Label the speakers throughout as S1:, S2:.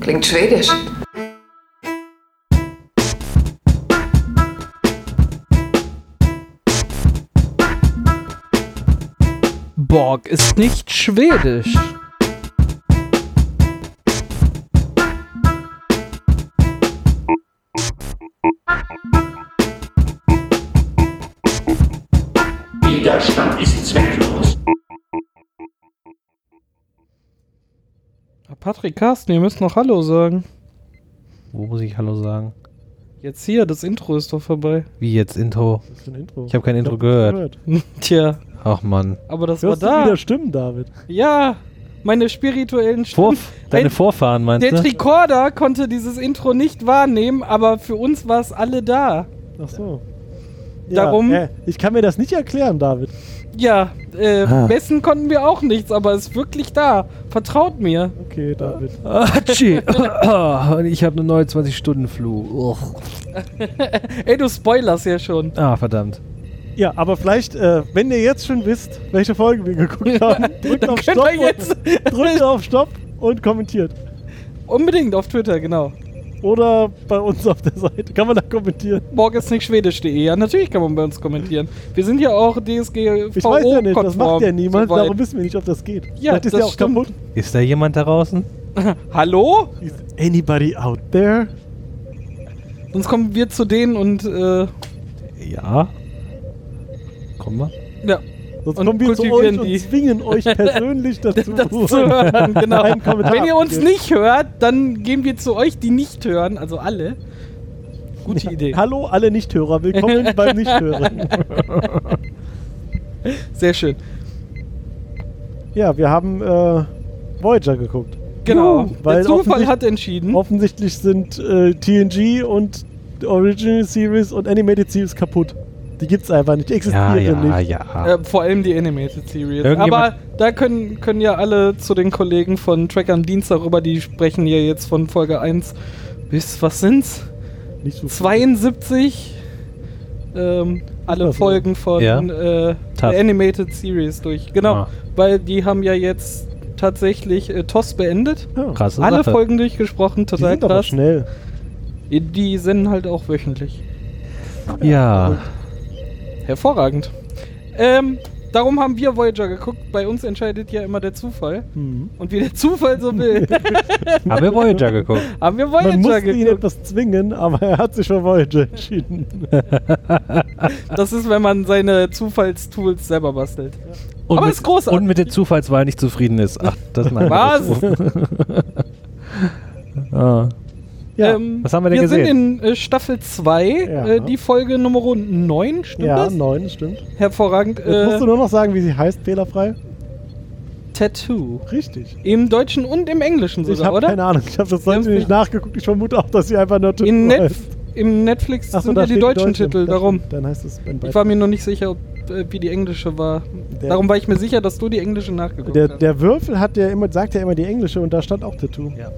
S1: Klingt schwedisch.
S2: Borg ist nicht schwedisch.
S3: Widerstand ist zwecklos.
S2: Patrick, Carsten, ihr müsst noch Hallo sagen.
S4: Wo muss ich Hallo sagen?
S2: Jetzt hier, das Intro ist doch vorbei.
S4: Wie jetzt Intro?
S5: Das ist ein Intro.
S4: Ich habe kein Intro
S5: hab nicht
S4: gehört.
S2: Tja,
S4: Ach Mann.
S2: aber das
S5: Hörst du
S2: war da.
S5: wieder Stimmen, David?
S2: Ja, meine spirituellen
S4: Vor
S2: Stimmen.
S4: Deine
S2: Ein-
S4: Vorfahren meinst
S2: Der
S4: du?
S2: Tricorder konnte dieses Intro nicht wahrnehmen, aber für uns war es alle da.
S5: Ach so.
S2: Darum-
S5: Äh, ich kann mir das nicht erklären, David.
S2: Ja, äh,
S4: Ah.
S2: messen konnten wir auch nichts, aber es ist wirklich da. Vertraut mir.
S5: Okay, David.
S4: Ah, Atschi. Und ich habe einen 29-Stunden-Flug. Uch.
S2: Ey, du spoilerst ja schon.
S4: Ah, verdammt.
S5: Ja, aber vielleicht, äh, wenn ihr jetzt schon wisst, welche Folge wir geguckt haben, drückt
S2: Dann
S5: auf
S2: könnt
S5: Stopp.
S2: ihr jetzt
S5: Und, drückt auf Stopp und kommentiert.
S2: unbedingt auf Twitter, genau.
S5: Oder bei uns auf der Seite. Kann man da kommentieren?
S2: Borg ist nicht schwedisch.de. Ja, natürlich kann man bei uns kommentieren. Wir sind ja auch DSGVO-konform.
S5: Ich weiß ja nicht, das macht ja niemand, darum wissen wir nicht, ob das geht.
S2: Ja,
S5: Vielleicht ist
S2: das
S5: ja auch
S2: stimmt.
S5: kaputt.
S4: Ist da jemand da draußen?
S2: Hallo?
S5: Is anybody out there?
S2: Sonst kommen wir zu denen und, äh,
S4: Ja. Komm mal.
S2: ja,
S5: Sonst
S2: Und
S5: kommen wir zu
S2: kultivieren
S5: euch
S2: die.
S5: und zwingen euch persönlich dazu.
S2: das zu hören, genau.
S5: Einen Kommentar
S2: Wenn ihr uns
S5: abzugeben.
S2: nicht hört, dann gehen wir zu euch, die nicht hören, also alle. Gute Idee.
S5: Hallo alle Nichthörer, willkommen beim Nichthören.
S2: Sehr schön.
S5: Ja, wir haben äh, Voyager geguckt.
S2: Genau.
S5: Juhu,
S2: Der
S5: weil
S2: Zufall
S5: offensicht-
S2: hat Hm? entschieden.
S5: Offensichtlich sind äh, TNG und Original Series und Animated Series kaputt. Die gibt's einfach nicht, die
S4: Ja,
S5: existieren
S4: ja,
S5: nicht.
S4: ja.
S2: Äh, vor allem die Animated Series.
S4: Irgendjemand-
S2: Aber da können, können ja alle zu den Kollegen von Track am Dienst darüber, die sprechen ja jetzt von Folge 1 bis, was sind's?
S5: Nicht so viel.
S2: 72. Ähm, alle
S5: Ach so.
S2: Folgen von
S4: Ja.
S2: äh,
S4: Tough.
S2: der Animated Series durch. Genau,
S4: Ah.
S2: weil die haben ja jetzt tatsächlich äh, TOS beendet.
S5: Ja.
S4: Krasse
S2: alle
S4: Sache.
S2: Folgen durchgesprochen,
S5: Die
S2: total
S5: sind aber
S2: krass.
S5: schnell.
S2: Die senden halt auch wöchentlich.
S4: Ja.
S2: Hervorragend. Ähm, darum haben wir Voyager geguckt. Bei uns entscheidet ja immer der Zufall.
S5: Mhm.
S2: Und wie der Zufall so will,
S4: Haben wir Voyager geguckt?
S2: haben wir
S5: Man
S2: Voyager
S5: musste ihn
S2: geguckt.
S5: etwas zwingen, aber er hat sich für Voyager entschieden.
S2: Das ist, wenn man seine Zufallstools selber bastelt.
S4: Und
S2: Aber
S4: mit,
S2: ist großartig.
S4: Und mit der Zufallswahl nicht zufrieden ist. Ach, das ist ein anderes.
S2: Was?
S4: Ah.
S5: Ja,
S2: Ähm,
S4: was haben wir denn
S2: wir
S4: gesehen?
S2: sind in äh, Staffel 2,
S5: Ja.
S2: äh, die Folge Nummer 9, stimmt
S5: ja
S2: das?
S5: neun, stimmt.
S2: Hervorragend.
S5: Jetzt musst du
S2: Äh,
S5: nur noch sagen, wie sie heißt, fehlerfrei.
S2: Tattoo.
S5: Richtig.
S2: Im Deutschen und im Englischen
S5: Also Ich
S2: sogar,
S5: habe
S2: oder?
S5: keine Ahnung, ich habe das
S2: haben's
S5: heute nicht
S2: nicht-
S5: nachgeguckt. Ich vermute auch, dass sie einfach nur Titel
S2: In Net
S5: heißt.
S2: Im Netflix
S5: Ach so,
S2: sind
S5: da
S2: ja die
S5: steht
S2: deutschen
S5: Deutsche.
S2: Titel,
S5: Das
S2: darum.
S5: stimmt, Dann heißt es Ben
S2: Ich war mir noch nicht sicher, ob, äh, wie die englische war.
S5: Der-
S2: Darum war ich mir sicher, dass du die englische nachgeguckt
S5: der,
S2: hast.
S5: der Würfel hat ja immer, sagt ja immer die englische und da stand auch Tattoo.
S4: Ja.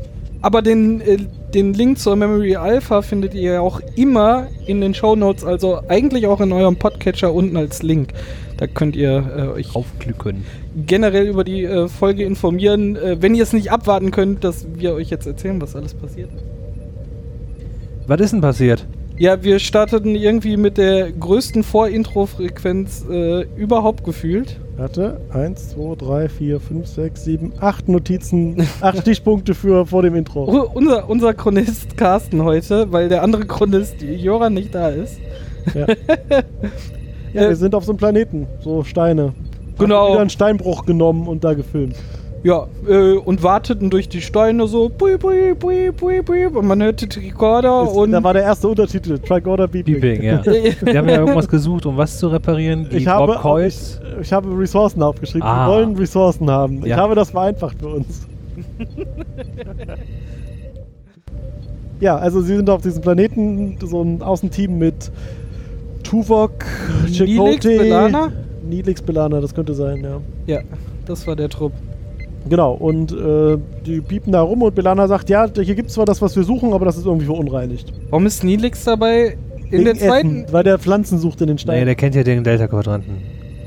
S2: Aber den, äh, den Link zur Memory Alpha findet ihr ja auch immer in den Show Notes, also eigentlich auch in eurem Podcatcher unten als Link. Da könnt ihr äh, euch
S4: Aufglücken.
S2: generell über die äh, Folge informieren, äh, wenn ihr es nicht abwarten könnt, dass wir euch jetzt erzählen, was alles passiert.
S4: Was ist denn passiert?
S2: Ja, wir starteten irgendwie mit der größten Vorintro-Frequenz äh, überhaupt gefühlt.
S5: Hatte 1, 2, 3, 4, 5, 6, 7, 8 Notizen, 8 Stichpunkte für vor dem Intro.
S2: U- Unser, unser Chronist Carsten heute, weil der andere Chronist Joran nicht da ist.
S5: Ja. ja, wir sind auf so einem Planeten, so Steine.
S2: Äh. Genau.
S5: Haben wieder einen Steinbruch genommen und da gefilmt.
S2: Ja, äh, und warteten durch die Steine so. Bui, bui, bui, bui, bui, und man hörte die Recorder
S5: Ist,
S2: Oh, und.
S5: da war der erste Untertitel, Tricorder Beeping.
S4: Beeping, ja. Wir haben ja irgendwas gesucht, um was zu reparieren. Die
S5: Ich habe, ich,
S4: Coils.
S5: ich habe Ressourcen aufgeschrieben.
S4: Ah.
S5: Wir wollen Ressourcen haben. Ich
S4: Ja.
S5: habe das vereinfacht für uns. ja, also sie sind auf diesem Planeten, so ein Außenteam mit Tuvok,
S2: Nilix,
S5: Chakotay,
S2: Belana?
S5: Nilix Belana, das könnte sein, ja.
S2: ja, das war der Trupp.
S5: Genau, und äh, die piepen da rum und Belana sagt, ja, hier gibt es zwar das, was wir suchen, aber das ist irgendwie verunreinigt.
S2: Warum ist Nilix dabei? In
S5: Wegen
S2: der zweiten.
S5: Essen, weil der Pflanzen sucht in den
S4: Nee,
S5: Steinen.
S4: der kennt ja den Delta-Quadranten.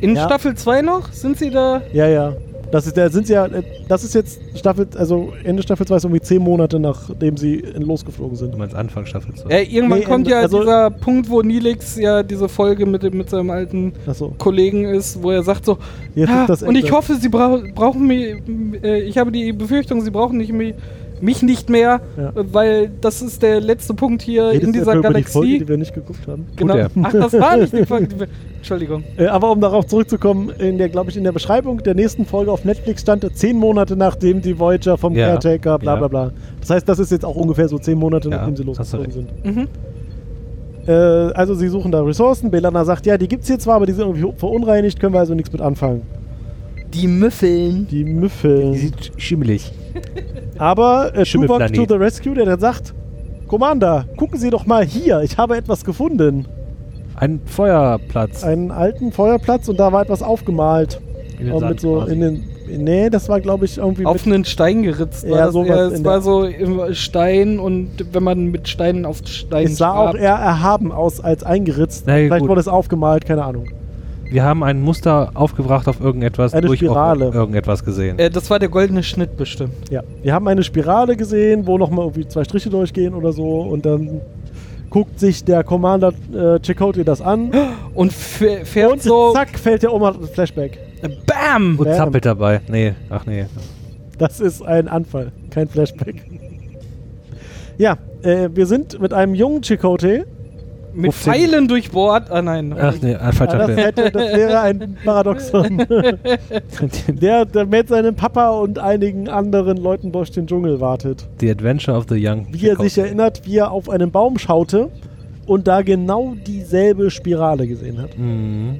S2: In
S5: Ja.
S2: Staffel 2 noch? Sind sie da?
S5: ja, ja. Das ist, da sind sie ja, äh, das ist jetzt Staffel, also Ende Staffel 2 ist irgendwie zehn Monate, nachdem sie losgeflogen sind.
S1: Du meinst Anfang Staffel 2.
S2: Ja, irgendwann
S5: Nee,
S2: kommt
S5: ähm,
S2: ja
S5: also-
S2: dieser Punkt, wo Nilix ja diese Folge mit, dem- mit seinem alten
S5: Achso,
S2: Kollegen ist, wo er sagt so,
S5: jetzt
S2: "Ah,
S5: ist das
S2: und
S5: Ende.
S2: ich hoffe, sie brau brauchen mich, äh, ich habe die Befürchtung, sie brauchen nicht mi- mich nicht mehr,
S5: Ja.
S2: äh, weil das ist der letzte Punkt hier
S5: Redest
S2: Äh, in
S5: du
S2: dieser
S5: etwa über die Folge,
S2: Galaxie.
S5: die wir nicht geguckt haben.
S2: genau.
S1: Gut,
S2: Ach, das war nicht die Folge. die wir- Entschuldigung.
S5: Äh, aber um darauf zurückzukommen, in der, glaube ich, in der Beschreibung der nächsten Folge auf Netflix stand, äh, zehn Monate nachdem die Voyager vom
S1: Ja.
S5: Caretaker, bla
S1: Ja.
S5: bla bla. Das heißt, das ist jetzt auch ungefähr so zehn Monate,
S1: Ja,
S5: nachdem sie
S1: hast du
S5: losgeflogen sind.
S2: Mhm.
S5: Äh, also sie suchen da Ressourcen. Belana sagt, ja, die gibt's hier zwar, aber die sind irgendwie verunreinigt, können wir also nichts mit anfangen.
S4: Die Müffeln.
S5: Die Müffeln.
S1: Die sind sch- schimmelig.
S5: Aber äh, Tuvok
S1: Schimmelplanet.
S5: to the Rescue, der dann sagt, Commander, gucken Sie doch mal hier, ich habe etwas gefunden.
S1: Ein Feuerplatz.
S5: Einen alten Feuerplatz und da war etwas aufgemalt.
S1: in den
S5: Und
S1: Sand
S5: mit so
S1: quasi.
S5: in den, nee, das war glaube ich irgendwie
S2: Auf
S5: mit,
S2: einen Stein geritzt. War
S5: Ja,
S2: das,
S5: sowas
S2: ja, es
S5: in
S2: war
S5: der-
S2: so im Stein und wenn man mit Steinen auf Stein
S5: es sah auch
S2: schlabt.
S5: eher erhaben aus als eingeritzt.
S1: Na ja,
S5: Vielleicht
S1: gut.
S5: wurde es aufgemalt, keine Ahnung.
S1: Wir haben ein Muster aufgebracht auf irgendetwas,
S5: Eine
S1: durch auch
S5: Spirale.
S1: irgendetwas gesehen.
S2: Äh, das war der goldene Schnitt bestimmt.
S5: Ja, wir haben eine Spirale gesehen, wo nochmal irgendwie zwei Striche durchgehen oder so und dann guckt sich der Commander äh, Chakotay das an
S2: Und fäh- fährt
S5: und
S2: so.
S5: zack fällt der Oma ein Flashback.
S2: Bam!
S1: Und
S5: Bam.
S1: zappelt dabei. Nee, ach nee.
S5: Das ist ein Anfall, kein Flashback. Ja, äh, wir sind mit einem jungen Chakotay.
S2: Mit
S1: Auf den-
S2: Pfeilen durchbohrt. Ah nein.
S1: Ach nee, ein
S5: Ja,
S1: falscher
S5: das,
S1: Film.
S5: hätte, das wäre ein Paradoxon. Der, der mit seinem Papa und einigen anderen Leuten durch den Dschungel wartet.
S1: The Adventure of the Young.
S5: Wie er sich erinnert, wie er auf einen Baum schaute und da genau dieselbe Spirale gesehen hat.
S1: Mhm.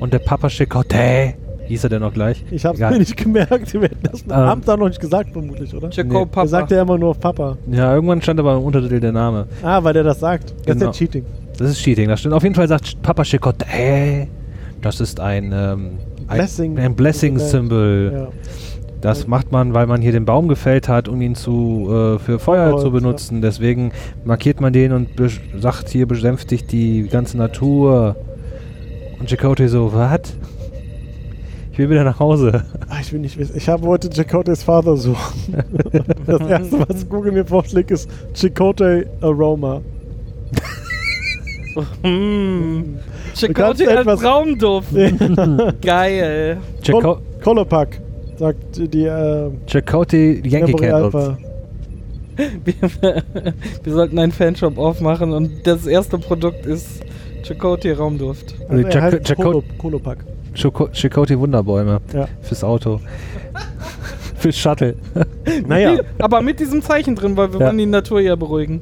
S1: Und der Papa Chicote. Hieß er denn noch gleich?
S5: Ich hab's
S1: Egal.
S5: mir nicht gemerkt. Wir hätten das am
S1: Ähm.
S5: Abend da noch nicht gesagt, vermutlich, oder?
S2: Jacob
S1: Nee.
S5: Er
S2: Papa.
S5: sagt ja immer nur auf Papa.
S1: Ja, irgendwann stand aber im Untertitel der Name.
S5: Ah, weil der das sagt. Das ist ja
S1: Genau.
S5: Cheating.
S1: Das ist Cheating, das stimmt. Auf jeden Fall sagt Sch- Papa Chicote. Das ist ein, ähm, ein
S5: Blessing.
S1: Ein Blessing-Symbol.
S5: Ja.
S1: Das
S5: Mhm.
S1: macht man, weil man hier den Baum gefällt hat, um ihn zu, äh, für Feuer
S5: Holz,
S1: zu benutzen. Deswegen markiert man den und besch- sagt hier, besänftigt die ganze Natur. Und Chakotay so, was? Ich will wieder nach Hause.
S5: Ah, Ich will nicht wissen. Ich habe heute Chicote's Father suchen. das erste, was Google mir vorschlägt, ist Chicote Aroma.
S2: Mm.
S5: kannst
S2: Chicote als
S5: etwas-
S2: Raumduft. Geil.
S1: Chako-
S5: Kolopak, sagt die äh,
S1: Chakotay Yankee
S5: Memory
S1: Candles.
S5: Alpha.
S2: Wir, wir sollten einen Fanshop aufmachen und das erste Produkt ist Chicote Raumduft.
S5: Also
S1: Chak-
S5: er heißt
S1: Chakot-
S5: Kolop- Kolopak.
S1: Chako- Chakotay Wunderbäume.
S5: Ja.
S1: Fürs Auto. Fürs Shuttle.
S5: Naja,
S2: Aber mit diesem Zeichen drin, weil wir
S1: Ja.
S2: wollen die Natur ja beruhigen.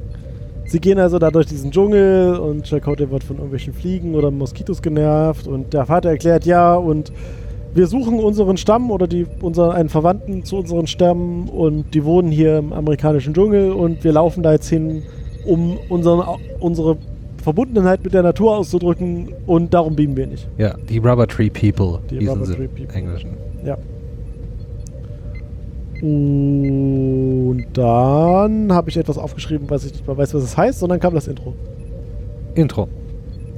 S5: sie gehen also da durch diesen Dschungel und Chicote wird von irgendwelchen Fliegen oder Moskitos genervt und der Vater erklärt ja und wir suchen unseren Stamm oder die, unser, einen Verwandten zu unseren Stämmen und die wohnen hier im amerikanischen Dschungel und wir laufen da jetzt hin, um unseren, Au- unsere Verbundenheit mit der Natur auszudrücken und darum beamen wir nicht.
S1: Ja, die Rubber Tree People.
S5: Die
S1: hießen
S5: Rubber
S1: sie
S5: Tree
S1: im
S5: People.
S1: Englischen.
S5: Und dann habe ich etwas aufgeschrieben, was ich nicht mal weiß, was es heißt, und dann kam das Intro.
S1: Intro.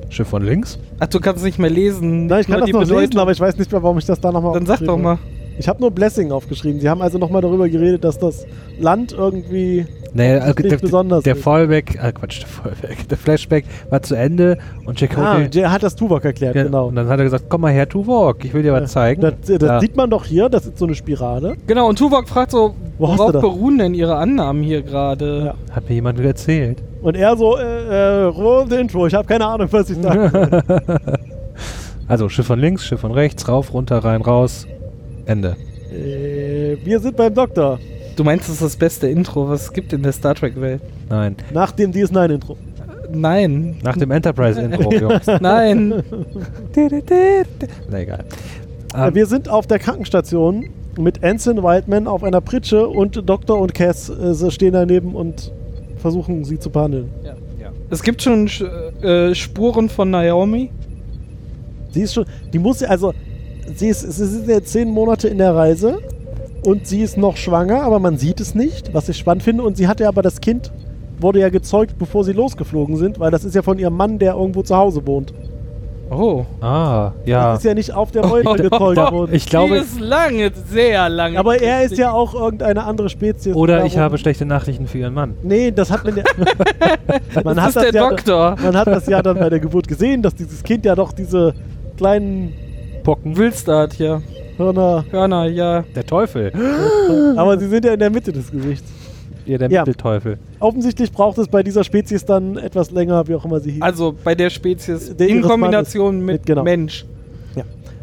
S1: Schiff von links.
S2: Ach, du kannst nicht mehr lesen.
S5: Nein, ich kann
S2: nur
S5: das
S2: die
S5: noch
S2: Bedeutung.
S5: lesen, aber ich weiß nicht mehr, warum ich das da nochmal
S2: Dann sag doch mal.
S5: Ich habe nur Blessing aufgeschrieben. Sie haben also nochmal darüber geredet, dass das Land irgendwie.
S1: Naja, also
S5: Nicht
S1: der,
S5: besonders
S1: der
S5: ist.
S1: Fallback, ah Quatsch, der Fallback, der Flashback war zu Ende und Jack
S5: Ah,
S1: Hogan-
S5: der hat das Tuvok erklärt,
S1: ja,
S5: genau. Äh,
S1: Und dann hat er gesagt, komm mal her, Tuvok, ich will dir was zeigen.
S5: Das, das
S1: ja.
S5: sieht man doch hier, das ist so eine Spirale.
S2: Genau, und Tuvok fragt so,
S5: Wo hast du
S2: worauf
S5: das?
S2: beruhen denn ihre Annahmen hier gerade?
S5: Ja.
S1: Hat mir jemand erzählt.
S5: Und er so, äh, äh, roll the Intro, ich habe keine Ahnung, was ich da.
S1: also Schiff von links, Schiff von rechts, rauf, runter, rein, raus. Ende.
S5: äh, wir sind beim Doktor.
S2: Du meinst, das ist das beste Intro, was es gibt in der Star Trek-Welt?
S1: Nein.
S5: Nach dem DS9-Intro.
S2: Nein.
S1: Nach dem Enterprise-Intro, Jungs.
S2: Nein.
S1: Na egal.
S5: Äh,
S2: Ah.
S1: Ähm,
S5: Wir sind auf der Krankenstation mit Anson Wildman auf einer Pritsche und Doktor und Cass äh, sie stehen daneben und versuchen sie zu behandeln.
S2: es gibt schon Sch- äh, Spuren von Naomi.
S5: Sie ist schon, die muss, also, sie, ist, sie sind jetzt zehn Monate in der Reise und sie ist noch schwanger, aber man sieht es nicht, was ich spannend finde. Und sie hatte aber das Kind, wurde ja gezeugt, bevor sie losgeflogen sind, weil das ist ja von ihrem Mann, der irgendwo zu Hause wohnt.
S2: Oh.
S1: Ah,
S5: Das
S1: ja. Oh,
S5: ist ja nicht auf der Beute gezeugt worden.
S1: Ich glaube,
S2: Die ist lange, sehr lange.
S5: Aber er ist ja auch irgendeine andere Spezies.
S1: oder ich
S5: Darum-
S1: habe schlechte Nachrichten für ihren Mann.
S5: Nee, das hat man ja. man
S2: Das
S5: hat
S2: ist
S5: das
S2: der
S5: ja,
S2: Doktor.
S5: Man hat das ja dann bei der Geburt gesehen, dass dieses Kind ja doch diese kleinen
S1: Pocken.
S2: Willstart, ja.
S5: Hörner.
S2: Hörner, ja.
S1: Der Teufel.
S2: Ah.
S5: Aber sie sind ja in der Mitte des Gesichts.
S1: Ja, der
S5: Ja.
S1: Mittelteufel.
S5: Offensichtlich braucht es bei dieser Spezies dann etwas länger, wie auch immer sie hieß.
S2: Also bei der Spezies
S5: Der
S2: in
S5: ihres
S2: Kombination
S5: Mannes.
S2: mit,
S5: Mit- genau.
S2: Mensch.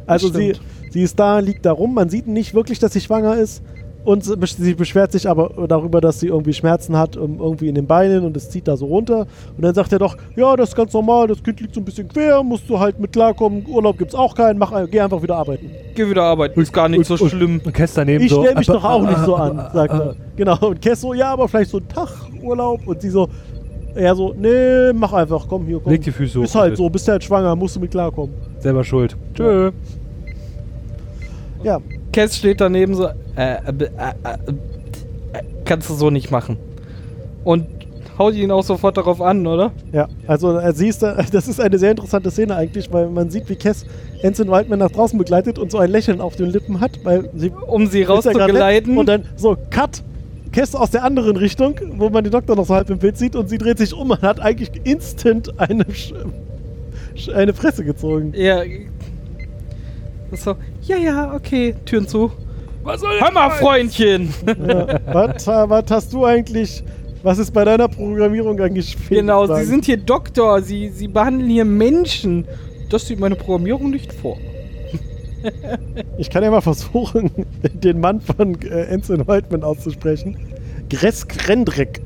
S5: Also
S2: das
S5: sie,
S2: stimmt.
S5: sie ist da, liegt da rum. Man sieht nicht wirklich, dass sie schwanger ist. Und sie besch- sie beschwert sich aber darüber, dass sie irgendwie Schmerzen hat, ähm, irgendwie in den Beinen und es zieht da so runter. Und dann sagt er doch, ja, das ist ganz normal, das Kind liegt so ein bisschen quer, musst du halt mit klarkommen, Urlaub gibt's auch keinen, mach, geh einfach wieder arbeiten.
S2: Geh wieder arbeiten, ist gar nicht so schlimm.
S1: Und Kester neben
S5: Ich
S1: so.
S5: stelle mich
S1: aber- äh,
S5: doch auch nicht so
S1: aber-
S5: an, sagt er. Genau, und Kess so, ja, aber vielleicht so einen Tag Urlaub. Und sie so, er so, nee, mach einfach, komm hier, komm.
S1: Leg die Füße hoch.
S5: Ist halt so, bist halt schwanger, musst du mit klarkommen.
S1: Selber schuld. Tschö.
S5: Ja,
S2: Cass steht daneben so, äh, äh, äh, äh, kannst du so nicht machen. Und haut ihn auch sofort darauf an, oder?
S5: ja. Also äh, sie ist, da- das ist eine sehr interessante Szene eigentlich, weil man sieht, wie Kess Anson Waldman nach draußen begleitet und so ein Lächeln auf den Lippen hat, weil sie
S2: Um sie
S5: ist ja gerade
S2: rauszugeleiten.
S5: nett. Und dann so, Cut! Kess aus der anderen Richtung, wo man den Doktor noch so halb im Bild sieht und sie dreht sich um und hat eigentlich instant eine, Sch Sch- eine Fresse gezogen.
S2: ja. So, ja, ja, okay, Türen zu. Was soll Hör mal, Freundchen!
S5: Ja. was, äh, was hast du eigentlich? Was ist bei deiner Programmierung eigentlich fehlt?
S2: genau, sie sind hier Doktor, sie, sie behandeln hier Menschen. Das sieht meine Programmierung nicht vor.
S5: Ich kann ja mal versuchen, den Mann von äh, Ensign Waldman auszusprechen. Gres Krendrick,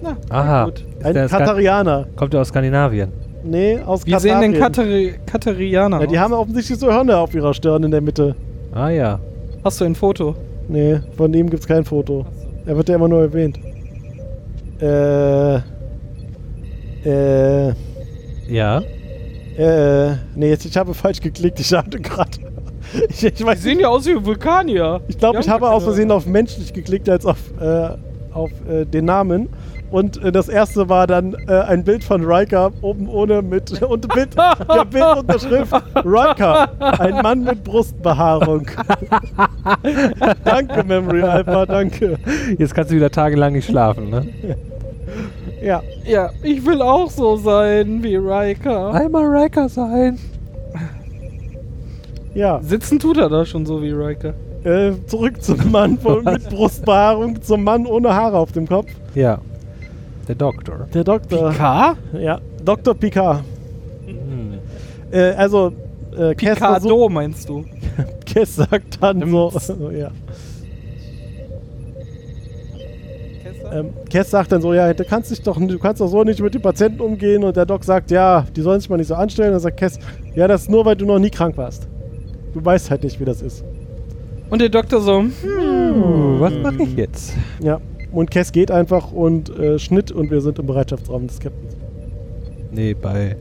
S2: Na,
S1: Aha.
S2: gut.
S1: Ist
S5: ein
S1: der Ska-
S5: Katarianer.
S1: Kommt er aus Skandinavien?
S5: Nee, aus
S2: Wie sehen denn
S5: Katarien.
S2: Katari Katarianer
S5: Ja, die
S2: aus?
S5: haben offensichtlich so Hörner auf ihrer Stirn in der Mitte.
S1: Ah ja.
S2: Hast du ein Foto?
S5: Nee, von ihm gibt's kein Foto. Er wird ja immer nur erwähnt. Äh. Äh.
S1: Ja.
S5: Äh. Nee, jetzt, ich habe falsch geklickt. Ich hatte gerade. Ich, ich
S2: Die
S5: weiß
S2: sehen ja aus wie Vulkanier.
S5: Ich glaube,
S2: Die
S5: ich
S2: haben
S5: habe
S2: gar
S5: aus
S2: keine-
S5: Versehen auf menschlich geklickt als auf, äh, auf äh, den Namen. Und äh, das erste war dann äh, ein Bild von Riker, oben ohne mit und Bild, ja, Bildunterschrift Riker, ein Mann mit Brustbehaarung. danke, Memory Alpha, danke.
S1: Jetzt kannst du wieder tagelang nicht schlafen, ne?
S5: Ja,
S2: Ja, ich will auch so sein wie Riker.
S1: Einmal Riker sein.
S5: ja.
S2: Sitzen tut er da schon so wie Riker.
S5: Äh, zurück zum Mann von, mit Brustbehaarung, zum Mann ohne Haare auf dem Kopf.
S1: Ja. Der Doktor.
S5: Der Doktor.
S2: K?
S5: Ja, Dr. Picard.
S1: Hm.
S5: Äh, also, äh, Cass versucht-
S2: Cardo meinst du?
S5: Kess sagt dann so, so, ja. Ähm, Kess sagt dann so, ja, du kannst dich doch, du kannst doch so nicht mit den Patienten umgehen und der Doc sagt, ja, die sollen sich mal nicht so anstellen. Dann sagt Kess, ja, das ist nur, weil du noch nie krank warst. Du weißt halt nicht, wie das ist.
S2: Und der Doktor so, hm,
S1: Uh, was mache ich jetzt?
S5: Ja. Und Kess geht einfach und äh, Schnitt und wir sind im Bereitschaftsraum des Captains.
S1: Nee, bei.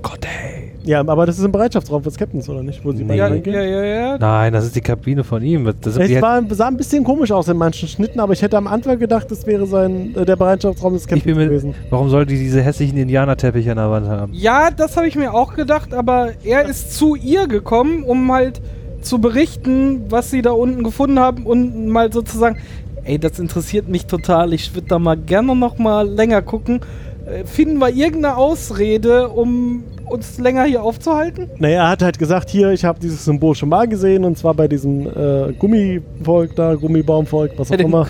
S1: Gott, ey.
S5: Ja, aber das ist im Bereitschaftsraum des Captains, oder nicht? Wo sie
S1: Nee.
S5: mal
S2: ja,
S5: reingehen?
S2: ja, ja, ja.
S1: Nein, das ist die Kabine von ihm. Das- Das sind die
S5: Also Es war, sah ein bisschen komisch aus in manchen Schnitten, aber ich hätte am Anfang gedacht, das wäre sein, äh, der Bereitschaftsraum des
S1: ich
S5: Captains
S1: bin
S5: gewesen.
S1: mit, warum soll die diese hässlichen Indianerteppiche an der Wand haben?
S2: Ja, das habe ich mir auch gedacht, aber er ist zu ihr gekommen, um halt zu berichten, was sie da unten gefunden haben und mal sozusagen, ey, das interessiert mich total, ich würde da mal gerne noch mal länger gucken. Äh, Finden wir irgendeine Ausrede, um uns länger hier aufzuhalten?
S5: Naja, er hat halt gesagt, hier, ich habe dieses Symbol schon mal gesehen und zwar bei diesem äh, Gummivolk da, Gummibaumvolk, was auch
S2: Den
S5: immer.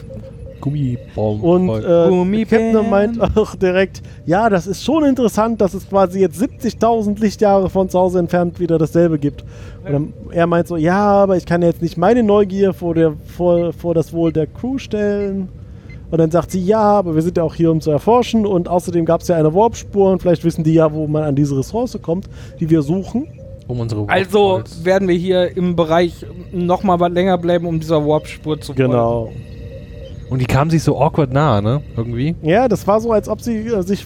S1: Gummibaum.
S5: Und äh,
S2: Gummibären.
S5: Captain meint auch direkt, ja, das ist schon interessant, dass es quasi jetzt 70.000 Lichtjahre von zu Hause entfernt wieder dasselbe gibt. Und dann, er meint so, ja, aber ich kann jetzt nicht meine Neugier vor, der, vor, vor das Wohl der Crew stellen. Und dann sagt sie, ja, aber wir sind ja auch hier, um zu erforschen. Und außerdem gab es ja eine Warpspur und vielleicht wissen die ja, wo man an diese Ressource kommt, die wir suchen.
S1: um unsere
S2: Also
S1: Walls.
S2: werden wir hier im Bereich noch mal was länger bleiben, um dieser Warp-Spur zu folgen.
S5: Genau.
S1: Und die kamen sich so awkward nah, ne? Irgendwie.
S5: Ja, das war so, als ob sie äh, sich.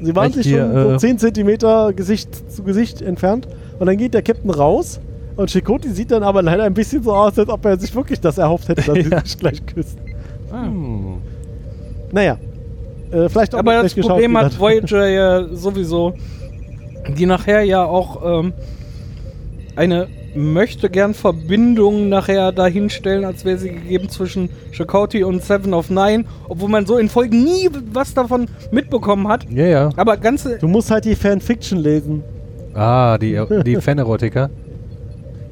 S5: Sie waren
S1: Echt
S5: sich
S1: hier,
S5: schon so
S1: äh,
S5: 10 Zentimeter Gesicht zu Gesicht entfernt. Und dann geht der Captain raus. Und Chakoti sieht dann aber leider ein bisschen so aus, als ob er sich wirklich das erhofft hätte, dass sie
S1: Ja.
S5: sich gleich küssen.
S1: Hm.
S5: Naja. Äh, vielleicht auch
S2: Aber
S5: nicht
S2: das Problem hat
S5: geschauspielert.
S2: Voyager ja sowieso. die nachher ja auch ähm, eine möchte gern Verbindung nachher dahinstellen, als wäre sie gegeben zwischen Chakoti und Seven of Nine, obwohl man so in Folgen nie was davon mitbekommen hat.
S1: Ja, ja.
S2: Aber ganze
S5: Du musst halt die Fanfiction lesen.
S1: Ah, die, die Fanerotiker.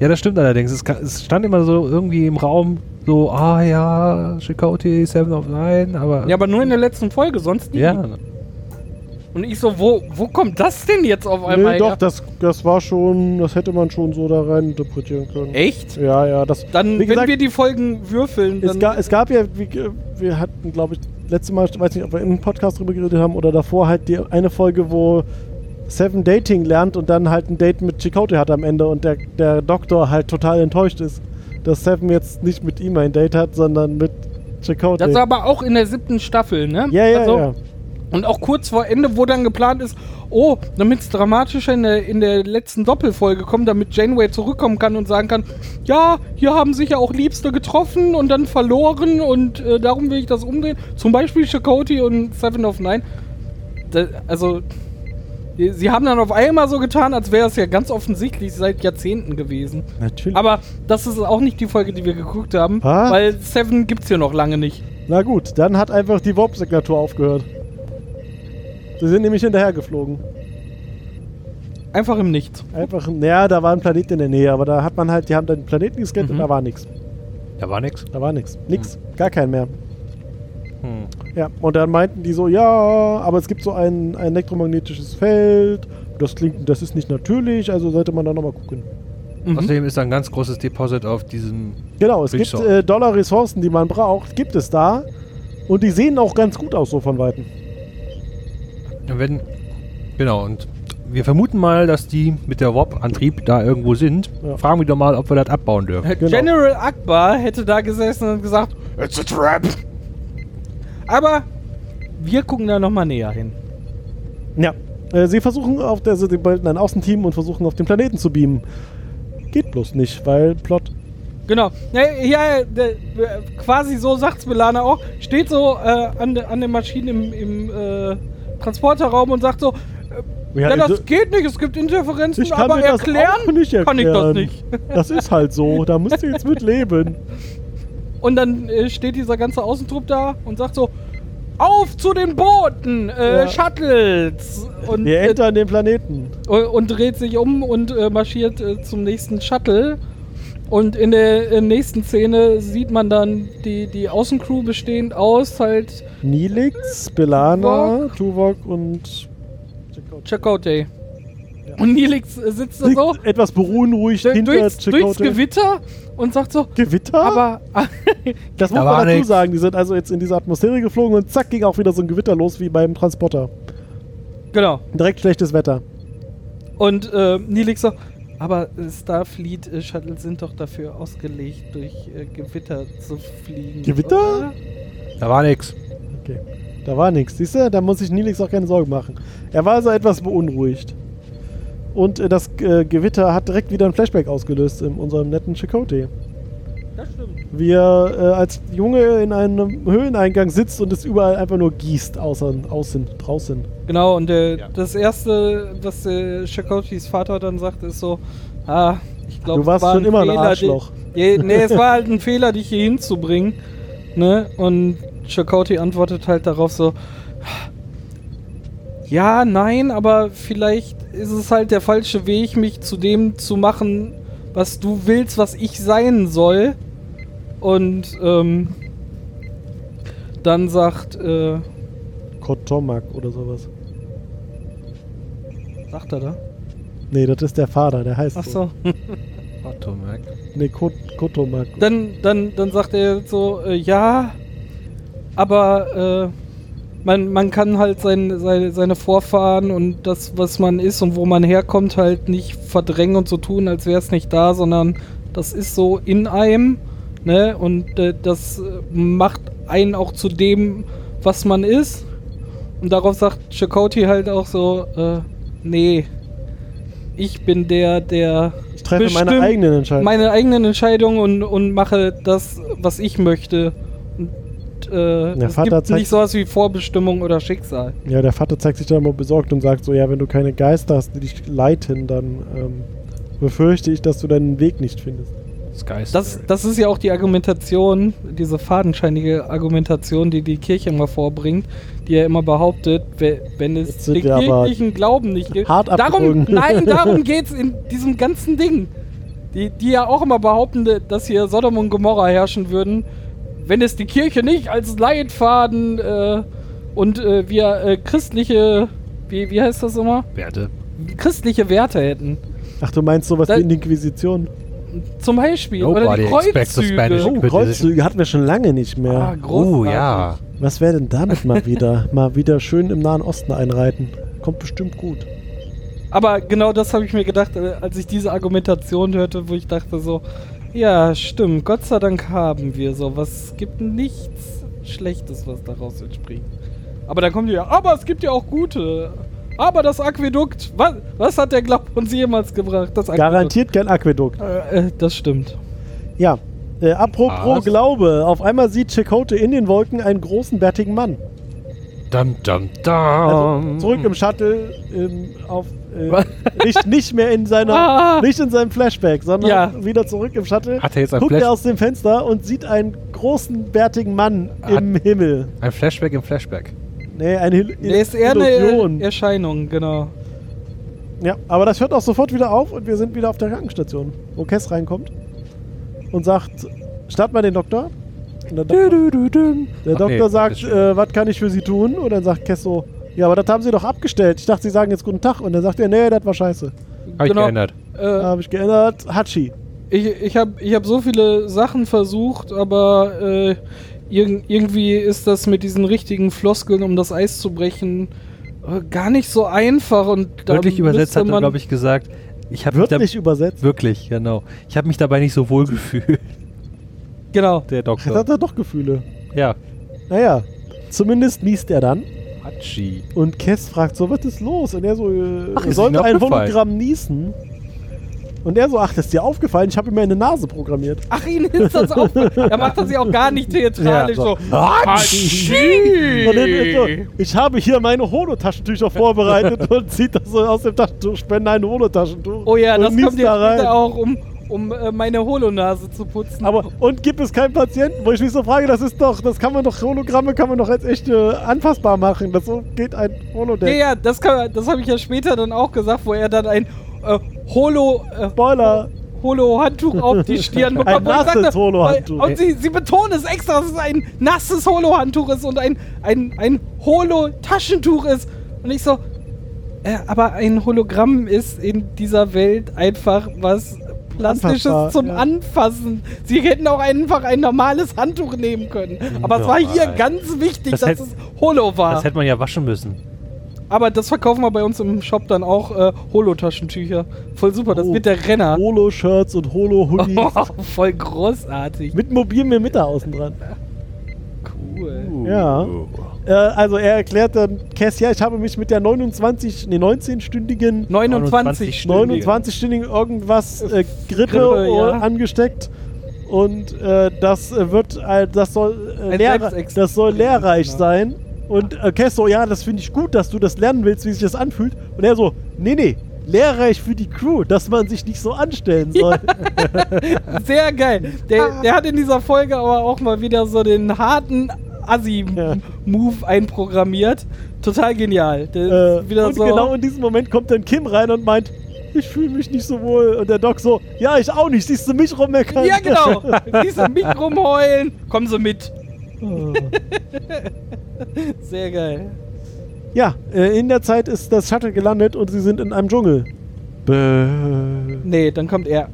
S1: Ja, das stimmt allerdings. Es, ka- es stand immer so irgendwie im Raum, so, ah ja, Chakoti, Seven of Nine, aber.
S2: ja, aber nur in der letzten Folge, sonst nie.
S1: ja.
S2: Und ich so, wo, wo kommt das denn jetzt auf einmal
S5: Nee, doch,
S2: her?
S5: das, das war schon, das hätte man schon so da rein interpretieren können.
S2: Echt?
S5: Ja, ja, das.
S2: Dann,
S5: wie
S2: wenn
S5: gesagt,
S2: wir die Folgen würfeln,
S5: es,
S2: dann
S5: ga, es gab ja, wie, ge- wir hatten, glaube ich, letztes Mal, ich weiß nicht, ob wir im Podcast drüber geredet haben oder davor halt die eine Folge, wo Seven Dating lernt und dann halt ein Date mit Chicote hat am Ende und der, der Doktor halt total enttäuscht ist, dass Seven jetzt nicht mit ihm ein Date hat, sondern mit Chicote.
S2: Das war aber auch in der siebten Staffel, ne?
S5: ja, ja,
S2: also,
S5: ja.
S2: Und auch kurz vor Ende, wo dann geplant ist, oh, damit es dramatischer in der, in der letzten Doppelfolge kommt, damit Janeway zurückkommen kann und sagen kann, ja, hier haben sich ja auch Liebste getroffen und dann verloren und äh, darum will ich das umdrehen. Zum Beispiel Chakoti und Seven of Nine. Da, also, die- sie haben dann auf einmal so getan, als wäre es ja ganz offensichtlich seit Jahrzehnten gewesen.
S5: Natürlich.
S2: Aber das ist auch nicht die Folge, die wir geguckt haben,
S5: Was?
S2: weil Seven gibt's hier noch lange nicht.
S5: Na gut, dann hat einfach die Warp-Signatur aufgehört. Sie sind nämlich hinterhergeflogen.
S2: Einfach im Nichts.
S5: Einfach, naja, da war ein Planet in der Nähe, aber da hat man halt, die haben dann den Planeten gescannt und
S2: Mhm.
S5: da war nichts.
S1: Da war nix.
S5: Da war nichts. Nix. Gar kein mehr.
S1: Hm.
S5: Ja, und dann meinten die so, ja, aber es gibt so ein, ein elektromagnetisches Feld. Das klingt, das ist nicht natürlich, also sollte man da nochmal gucken.
S2: Mhm.
S1: Außerdem ist da ein ganz großes Deposit auf diesem.
S5: Genau, es
S1: Big
S5: gibt
S1: Shot.
S5: äh, Dollar-Ressourcen, die man braucht, gibt es da. Und die sehen auch ganz gut aus, so von Weitem.
S1: Wenn, genau, und wir vermuten mal, dass die mit der Warp-Antrieb da irgendwo sind.
S5: Ja.
S1: Fragen wir doch mal, ob wir das abbauen dürfen.
S2: Herr
S5: Genau.
S2: General Akbar hätte da gesessen und gesagt,
S3: It's a trap.
S2: aber wir gucken da nochmal näher hin.
S5: Ja. Äh, Sie versuchen auf der, sie bilden ein Außenteam und versuchen auf den Planeten zu beamen. Geht bloß nicht, weil Plot.
S2: Genau. Ja, ja der, quasi so sagt's Milana auch. Steht so äh, an, der- an der Maschine im, im äh, Transporterraum und sagt so, ja, das geht nicht, es gibt Interferenzen, aber
S5: also mir das auch
S2: erklären,
S5: nicht
S2: kann ich das
S5: erklären.
S2: nicht.
S5: Das ist halt so, da müsst ihr jetzt mit leben.
S2: Und dann äh, steht dieser ganze Außentrupp da und sagt so, auf zu den Booten, äh,
S5: Ja.
S2: Shuttles. Und
S5: Wir
S2: äh,
S5: entern den Planeten.
S2: und und dreht sich um und äh, marschiert äh, zum nächsten Shuttle. Und in der äh, nächsten Szene sieht man dann die, die Außencrew bestehend aus, halt
S5: Nilix, Belana, Tuvok und.
S2: Chakotay. Und Nilix äh, sitzt da
S5: Liegt
S2: so
S5: etwas beunruhigt
S2: durch,
S5: hinter Ah.
S2: durchs, durchs
S5: Chakotay.
S2: Gewitter und sagt so,
S5: Gewitter?
S2: aber ah,
S5: das muss
S1: Da war
S5: man dazu
S1: nix.
S5: sagen. Die sind also jetzt in diese Atmosphäre geflogen und zack ging auch wieder so ein Gewitter los wie beim Transporter.
S2: genau.
S5: Direkt schlechtes Wetter.
S2: Und äh, Nilix so, aber äh, Starfleet äh, Shuttle sind doch dafür ausgelegt, durch äh, Gewitter zu fliegen.
S5: Gewitter?
S2: oder?
S1: Da war nix.
S5: Okay. Da war nichts, siehst du? Da muss sich Nilix auch keine Sorgen machen. Er war also etwas beunruhigt. Und äh, das äh, Gewitter hat direkt wieder ein Flashback ausgelöst in unserem netten Chicote.
S2: Das stimmt.
S5: Wie er äh, als Junge in einem Höhleneingang sitzt und es überall einfach nur gießt, außer außen, draußen.
S2: Genau, und äh, das Erste, was äh, Shakotis Vater dann sagt, ist so, ah, ich glaube,
S5: Du warst schon immer ein Arschloch.
S2: Die, nee, es war halt ein Fehler, dich hier hinzubringen. Ne? Und Shakoti antwortet halt darauf so, ja, nein, aber vielleicht ist es halt der falsche Weg, mich zu dem zu machen, was du willst, was ich sein soll. Und ähm, dann sagt, äh,
S5: Kotomak oder sowas.
S2: sagt er da?
S5: Nee, das ist der Vater, der heißt
S2: Ach
S5: so.
S2: so.
S1: Automac.
S5: Nee, Kot Kotomak.
S2: dann, dann, dann sagt er so, äh, ja, aber äh, man, man kann halt sein, seine, seine Vorfahren und das, was man ist und wo man herkommt, halt nicht verdrängen und so tun, als wäre es nicht da, sondern das ist so in einem. Ne? Und äh, das äh, macht einen auch zu dem, was man ist. Und darauf sagt Chakoti halt auch so, äh, nee, ich bin der, der
S5: ich treffe meine
S2: bestimmt-
S5: eigenen Entscheidungen.
S2: meine eigenen Entscheidungen und, und mache das, was ich möchte. Und äh,
S5: Der
S2: es
S5: Vater
S2: gibt
S5: zeigt-
S2: nicht sowas wie Vorbestimmung oder Schicksal.
S5: Ja, der Vater zeigt sich da immer besorgt und sagt so, ja, wenn du keine Geister hast, die dich leiten, dann ähm, befürchte ich, dass du deinen Weg nicht findest.
S1: Sky
S2: Das,
S1: Story.
S2: das ist ja auch die Argumentation, diese fadenscheinige Argumentation, die die Kirche immer vorbringt, die ja immer behauptet, we- wenn es
S5: Jetzt
S2: den
S5: sind wir aber
S2: kirchlichen Glauben nicht gibt.
S5: hart
S2: darum,
S5: abgebogen.
S2: Nein, darum geht es in diesem ganzen Ding. Die, die ja auch immer behaupten, dass hier Sodom und Gomorra herrschen würden, wenn es die Kirche nicht als Leitfaden äh, und äh, wir äh, christliche, wie, wie heißt das immer?
S1: Werte.
S2: Christliche Werte hätten.
S5: Ach, du meinst sowas
S2: Da-
S5: wie in die Inquisition?
S2: Zum Beispiel. oder
S1: Nobody
S2: die
S1: expects the Spanish
S2: Kreuzzüge.
S5: Oh,
S1: Bitte.
S5: Kreuzzüge Ah. hatten wir schon lange nicht mehr.
S1: Oh ja.
S5: Was wäre denn damit mal wieder? mal wieder schön im Nahen Osten einreiten. Kommt bestimmt gut.
S2: Aber genau das habe ich mir gedacht, äh, als ich diese Argumentation hörte, wo ich dachte so, ja, stimmt, Gott sei Dank haben wir sowas. Es gibt nichts Schlechtes, was daraus entspringt. Aber dann kommt ja, aber es gibt ja auch gute. Aber das Aquädukt, was, was hat der Glaub uns jemals gebracht? Das Aquädukt.
S5: Garantiert kein Aquädukt.
S2: Äh, äh, das stimmt.
S5: Ja. Äh, apropos
S1: Was?
S5: Glaube, auf einmal sieht Chakotay in den Wolken einen großen bärtigen Mann.
S1: Dum, dum, dum.
S5: Also zurück im Shuttle ähm, auf äh,
S1: Ähm. Was?
S5: nicht, nicht mehr in seiner
S2: Ah.
S5: nicht in seinem Flashback, sondern
S2: Ja.
S5: wieder zurück im Shuttle.
S1: Hat er jetzt ein
S5: guckt
S1: Flash-
S5: er aus dem Fenster und sieht einen großen bärtigen Mann
S1: Hat-
S5: im Himmel.
S1: Ein Flashback im Flashback.
S5: Nee, eine Hil
S2: Nee, ist eher eine
S5: Illusion.
S2: äh, Erscheinung, genau.
S5: ja, aber das hört auch sofort wieder auf und wir sind wieder auf der Krankenstation, wo Cass reinkommt und sagt, start mal den Doktor. Und der Doktor, der
S1: Ach
S5: Doktor
S1: nee, das
S5: sagt,
S1: ist-
S5: äh, was kann ich für Sie tun? Und dann sagt Cass so, ja, aber das haben Sie doch abgestellt. Ich dachte, Sie sagen jetzt guten Tag. Und dann sagt er, nee, das war scheiße.
S1: Hab ich
S2: Genau.
S1: geändert.
S2: Äh,
S5: Habe ich geändert. Hachi.
S2: Ich, ich habe ich hab so viele Sachen versucht, aber äh, irg irgendwie ist das mit diesen richtigen Floskeln, um das Eis zu brechen, äh, gar nicht so einfach. Und da
S1: Wörtlich übersetzt
S2: müsste
S1: hat er,
S2: man-
S1: glaube ich, gesagt, ich habe mich, da
S5: Wörtlich übersetzt.
S1: wirklich, genau. Ich hab mich dabei nicht so wohl gefühlt,
S2: Genau.
S1: der
S5: Jetzt
S1: Doktor.
S5: hat er doch Gefühle.
S1: Ja.
S5: Naja, zumindest niest er dann.
S1: Hatschi.
S5: Und Cass fragt so, was ist los? Und er so, äh,
S1: Ach, ist
S5: sollen
S1: Ihnen
S5: wir ein
S1: aufgefallen?
S5: Hologramm niesen? Und er so, ach, das ist dir aufgefallen, ich habe ihm eine Nase programmiert.
S2: Ach, ihn ist das auch. er macht das ja auch gar nicht theatralisch.
S5: Ja,
S2: so. Ah,
S5: so. Und dann ist so,
S2: Hatschi!
S5: ich habe hier meine Holotaschentücher vorbereitet und zieht das so aus dem Taschentuchspender ein Holotaschentuch.
S2: Oh ja,
S5: und
S2: das
S5: niest
S2: kommt ja später auch, um, um äh, meine Holonase zu putzen.
S5: Aber, und gibt es keinen Patienten, wo ich mich so frage, das ist doch, das kann man doch, Hologramme kann man doch als echte anfassbar machen. Das so geht ein
S2: ja,
S5: Holodeck.
S2: ja, das, kann- das habe ich ja später dann auch gesagt, wo er dann ein äh, Holo. Äh,
S5: Spoiler.
S2: Holo-Handtuch auf die Stirn bekommt.
S5: Ein
S2: Und ich
S5: nasses
S2: sagte-
S5: Holo-Handtuch.
S2: Und sie, sie betonen es extra, dass es ein nasses Holo-Handtuch ist und ein, ein, ein Holo-Taschentuch ist. Und ich so, äh, aber ein Hologramm ist in dieser Welt einfach was Plastisches
S5: Anfassbar,
S2: zum
S5: ja.
S2: Anfassen. Sie hätten auch einfach ein normales Handtuch nehmen können. Aber es war hier
S1: Nein.
S2: ganz wichtig,
S1: Das
S2: dass
S1: hätte-
S2: es Holo war.
S1: Das hätte man ja waschen müssen.
S2: aber das verkaufen wir bei uns im Shop dann auch äh, Holo-Taschentücher. Voll super, das
S5: Oh.
S2: wird der Renner.
S5: Holo-Shirts und Holo-Hoodies.
S2: Oh, voll großartig.
S5: Mit mobilem Emitter außen dran.
S2: Cool.
S5: Ja. Äh, also er erklärt dann, Cass, ja, ich habe mich mit der 29, nee, 19-stündigen,
S2: 29.
S5: 29-stündigen irgendwas äh, Grippe,
S2: Grippe,
S5: äh,
S2: ja.
S5: angesteckt. Und äh, das äh, wird, äh, das soll, äh,
S2: Ein ne?
S5: lehr
S2: Selbstex-
S5: das soll lehrreich
S2: Ja.
S5: sein. Und äh, Cass so, ja, das finde ich gut, dass du das lernen willst, wie sich das anfühlt. Und er so, nee, nee, lehrreich für die Crew, dass man sich nicht so anstellen soll.
S2: Sehr geil.
S5: Ah.
S2: Der, der hat in dieser Folge aber auch mal wieder so den harten
S5: Ja.
S2: Assi-Move einprogrammiert. Total genial. Der ist
S5: Äh,
S2: wieder
S5: und
S2: so.
S5: genau in diesem Moment kommt dann Kim rein und meint, ich fühle mich nicht so wohl. Und der Doc so, ja, ich auch nicht. Siehst du mich rummeckern?
S2: ja, genau. Diese mit rumheulen. Kommen Sie mit.
S5: Oh.
S2: Sehr geil.
S5: ja, äh, in der Zeit ist das Shuttle gelandet und sie sind in einem Dschungel. Bäh.
S2: Nee, dann kommt er.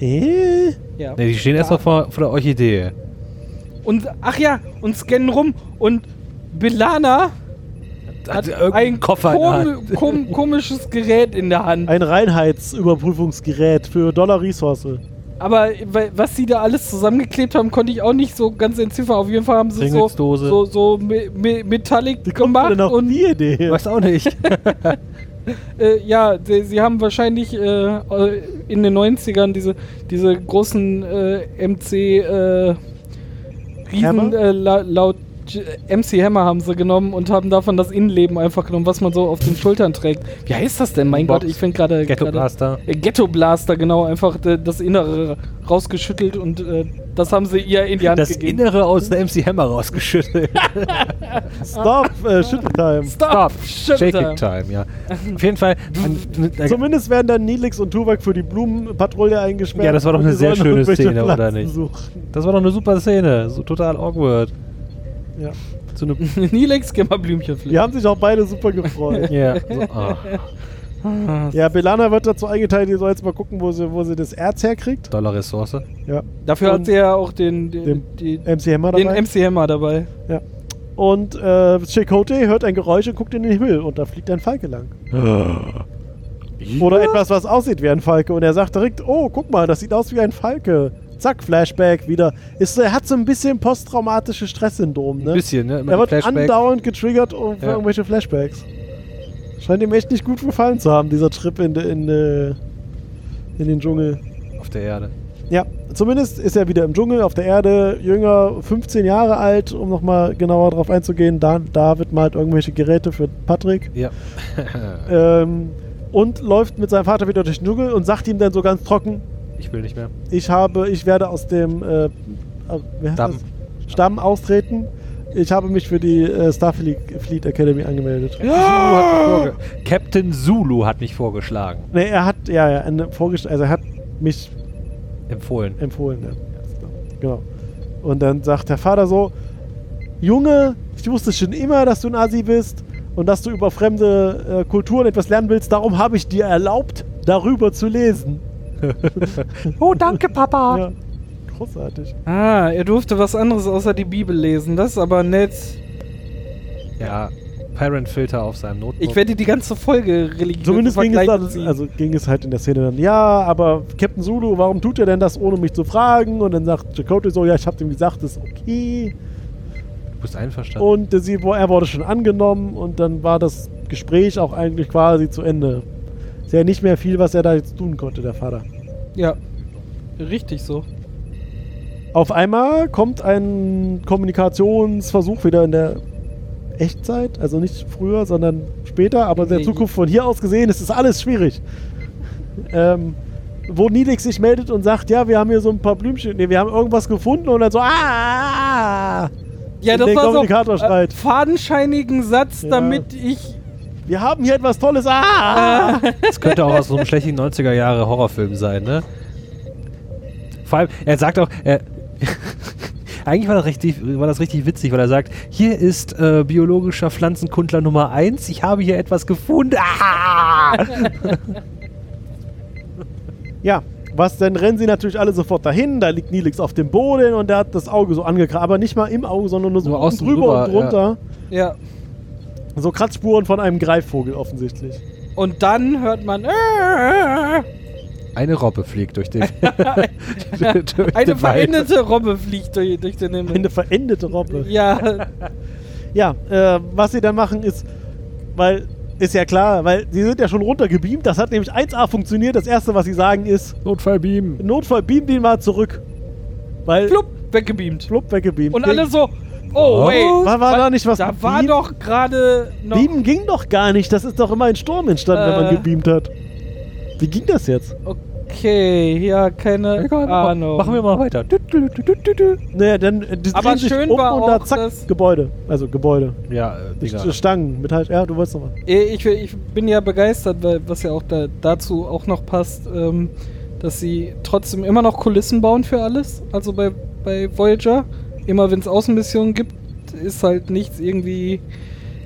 S5: Äh?
S2: Ja.
S1: Ne, die stehen erstmal vor, vor der Orchidee.
S2: Und ach ja, und scannen rum und Belana hat ein
S1: Also Koffer in der
S2: komi-
S1: Hand.
S2: kom komisches Gerät in der Hand.
S5: Ein Reinheitsüberprüfungsgerät für Dollar-Ressource.
S2: Aber wa- was sie da alles zusammengeklebt haben, konnte ich auch nicht so ganz entziffern. Auf jeden Fall haben sie so,
S1: Pringles-Dose.
S2: so, so me me metallic
S5: Wie kommt man
S2: gemacht.
S5: denn auf
S2: Und
S5: die Idee?
S1: Weiß auch nicht.
S2: äh, ja, sie, sie haben wahrscheinlich äh, in den 90ern diese, diese großen äh, MC äh, Riesen,
S5: Hammer?
S2: äh, la, laut J- MC Hammer haben sie genommen und haben davon das Innenleben einfach genommen, was man so auf den Schultern trägt. Wie heißt das denn? Mein
S1: Box.
S2: Gott, ich finde gerade.
S1: Ghetto
S2: gerade-
S1: Blaster.
S2: Äh, Ghetto Blaster, genau, einfach äh, das Innere rausgeschüttelt und äh, das haben sie ihr in die Hand
S1: Das
S2: gegeben.
S1: Innere aus der MC Hammer rausgeschüttelt.
S5: Stop, äh, Schüttel Time.
S2: Stop!
S1: Shake it time, ja. Auf jeden Fall. an-
S5: Zumindest werden dann Nilix und Tuvok für die Blumenpatrouille eingesperrt.
S1: Ja, das war doch
S5: und
S1: eine
S5: die
S1: sehr
S5: sollen
S1: schöne
S5: irgendwelche
S1: Szene, oder
S5: Pflanzen
S1: nicht?
S5: suchen.
S1: das war doch eine super Szene. So total awkward.
S5: Ja.
S1: So eine.
S2: Nilex, geh mal Blümchen
S5: Die
S2: pflücken.
S5: haben sich auch beide super gefreut.
S1: Ja. So, ah,
S5: ja, Belana wird dazu eingeteilt, die soll jetzt mal gucken, wo sie, wo sie das Erz herkriegt.
S1: Dollar Ressource.
S5: Ja.
S2: Dafür
S5: Und
S2: hat sie ja auch den, den,
S5: den
S2: die,
S5: MC Hammer
S2: den
S5: dabei.
S2: MC Hammer dabei.
S5: und äh, Chakotay hört ein Geräusch und guckt in den Himmel und da fliegt ein Falke lang.
S1: Ah.
S5: Oder etwas, was aussieht wie ein Falke. Und er sagt direkt, oh, guck mal, das sieht aus wie ein Falke. Zack, Flashback wieder. Ist, er hat so ein bisschen posttraumatisches Stresssyndrom, ne?
S1: Ein bisschen, ne? Immer
S5: Er wird
S1: Flashback.
S5: andauernd getriggert um für
S1: Ja.
S5: irgendwelche Flashbacks. Scheint ihm echt nicht gut gefallen zu haben, dieser Trip in, in, äh, in den Dschungel.
S1: Auf der Erde.
S5: Ja, zumindest ist er wieder im Dschungel, auf der Erde, jünger, 15 Jahre alt, um nochmal genauer drauf einzugehen. Da, David malt irgendwelche Geräte für Patrick.
S1: Ja.
S5: Ähm, und läuft mit seinem Vater wieder durch den Dschungel und sagt ihm dann so ganz trocken,
S1: Ich will nicht mehr.
S5: ich habe, ich werde aus dem äh, äh, wie heißt
S1: Stamm.
S5: das? Stamm austreten. Ich habe mich für die äh, Starfleet Fleet Academy angemeldet.
S1: Zulu hat mich vorge- Captain Zulu hat mich vorgeschlagen.
S5: Nee, er hat, ja, ja, eine vorgest- also er hat mich
S1: Empfohlen.
S5: empfohlen. Ja. Genau. Und dann sagt der Vater so: Junge, ich wusste schon immer, dass du ein Asi bist und dass du über fremde äh, Kulturen etwas lernen willst. Darum habe ich dir erlaubt, darüber zu lesen.
S1: Oh, danke, Papa.
S5: Ja. Großartig.
S2: Ah, er durfte was anderes außer die Bibel lesen. Das ist aber nett.
S5: Äh,
S1: Ja, Parent Filter auf seinem Notebook.
S2: Ich werde die ganze Folge religiös
S5: Oh. Zumindest ging es,
S2: vergleichen
S5: dann,
S2: ziehen.
S5: also ging es halt in der Szene dann, ja, aber Captain Zulu, warum tut er denn das, ohne mich zu fragen? Und dann sagt Chakotay so, ja, ich habe ihm gesagt, das ist okay.
S1: du bist einverstanden.
S5: Und äh, sie, wo- er wurde schon angenommen und dann war das Gespräch auch eigentlich quasi zu Ende. Ist ja nicht mehr viel, was er da jetzt tun konnte, der Vater.
S2: ja. Richtig so.
S5: Auf einmal kommt ein Kommunikationsversuch wieder in der Echtzeit, also nicht früher, sondern später, aber in der
S2: Nee.
S5: Zukunft von hier aus gesehen ist es alles schwierig. ähm, wo Nilix sich meldet und sagt, ja, wir haben hier so ein paar Blümchen, nee, wir haben irgendwas gefunden und dann so, ah,
S2: Ja, das
S5: Den
S2: war so äh,
S5: Kommunikatorstreit.
S2: fadenscheinigen Satz,
S5: Ja.
S2: damit ich
S5: wir haben hier etwas Tolles, ah.
S1: Das könnte auch aus so einem schlechten 90er Jahre Horrorfilm sein, ne? Vor allem, er sagt auch, er eigentlich war das, richtig, war das richtig witzig, weil er sagt, hier ist äh, biologischer Pflanzenkundler Nummer 1, ich habe hier etwas gefunden. Ah!
S5: Ja, was denn? Rennen sie natürlich alle sofort dahin. Da liegt Nilix auf dem Boden und der hat das Auge so angekratzt. Aber nicht mal im Auge, sondern nur so
S1: Nur
S5: unten
S1: außen
S5: drüber und
S1: drüber,
S5: drunter.
S2: ja.
S5: So Kratzspuren von einem Greifvogel offensichtlich.
S2: Und dann hört man äh, eine
S1: Eine Robbe fliegt durch den. durch den Wald.
S2: verendete Robbe fliegt durch, durch den Himmel.
S5: Eine verendete Robbe.
S2: ja,
S5: Ja, äh, was sie dann machen ist, weil, ist ja klar, weil sie sind ja schon runtergebeamt. Das hat nämlich 1A funktioniert. Das erste, was sie sagen, ist:
S1: Notfallbeam.
S5: Notfall beamt ihn mal zurück. Weil.
S2: flupp, weggebeamt.
S5: Flupp weggebeamt.
S2: Und alle so, oh,
S1: Was?
S2: wait.
S5: War- war da nicht was
S2: Da
S5: mit
S2: war
S5: Beam?
S2: doch gerade noch.
S5: Beamen ging doch gar nicht. Das ist doch immer ein Sturm entstanden, wenn man
S2: Äh.
S5: gebeamt hat. Wie ging das jetzt?
S2: Okay, ja, keine Ahnung.
S1: Machen wir mal weiter. Dü- dü- dü- dü- dü- dü.
S5: Naja, dann äh, die
S2: Aber
S5: drehen sich
S2: schön
S5: um
S2: war
S5: und da
S2: auch,
S5: zack,
S2: dass-
S5: Gebäude. Also Gebäude.
S1: Ja, äh,
S5: Die
S1: egal.
S5: Stangen mit halt. Ja, du wolltest noch was.
S2: Äh, Ich, ich bin ja begeistert, weil was ja auch da, dazu auch noch passt, ähm, dass sie trotzdem immer noch Kulissen bauen für alles. Also bei, bei Voyager, immer wenn es Außenmissionen gibt, ist halt nichts irgendwie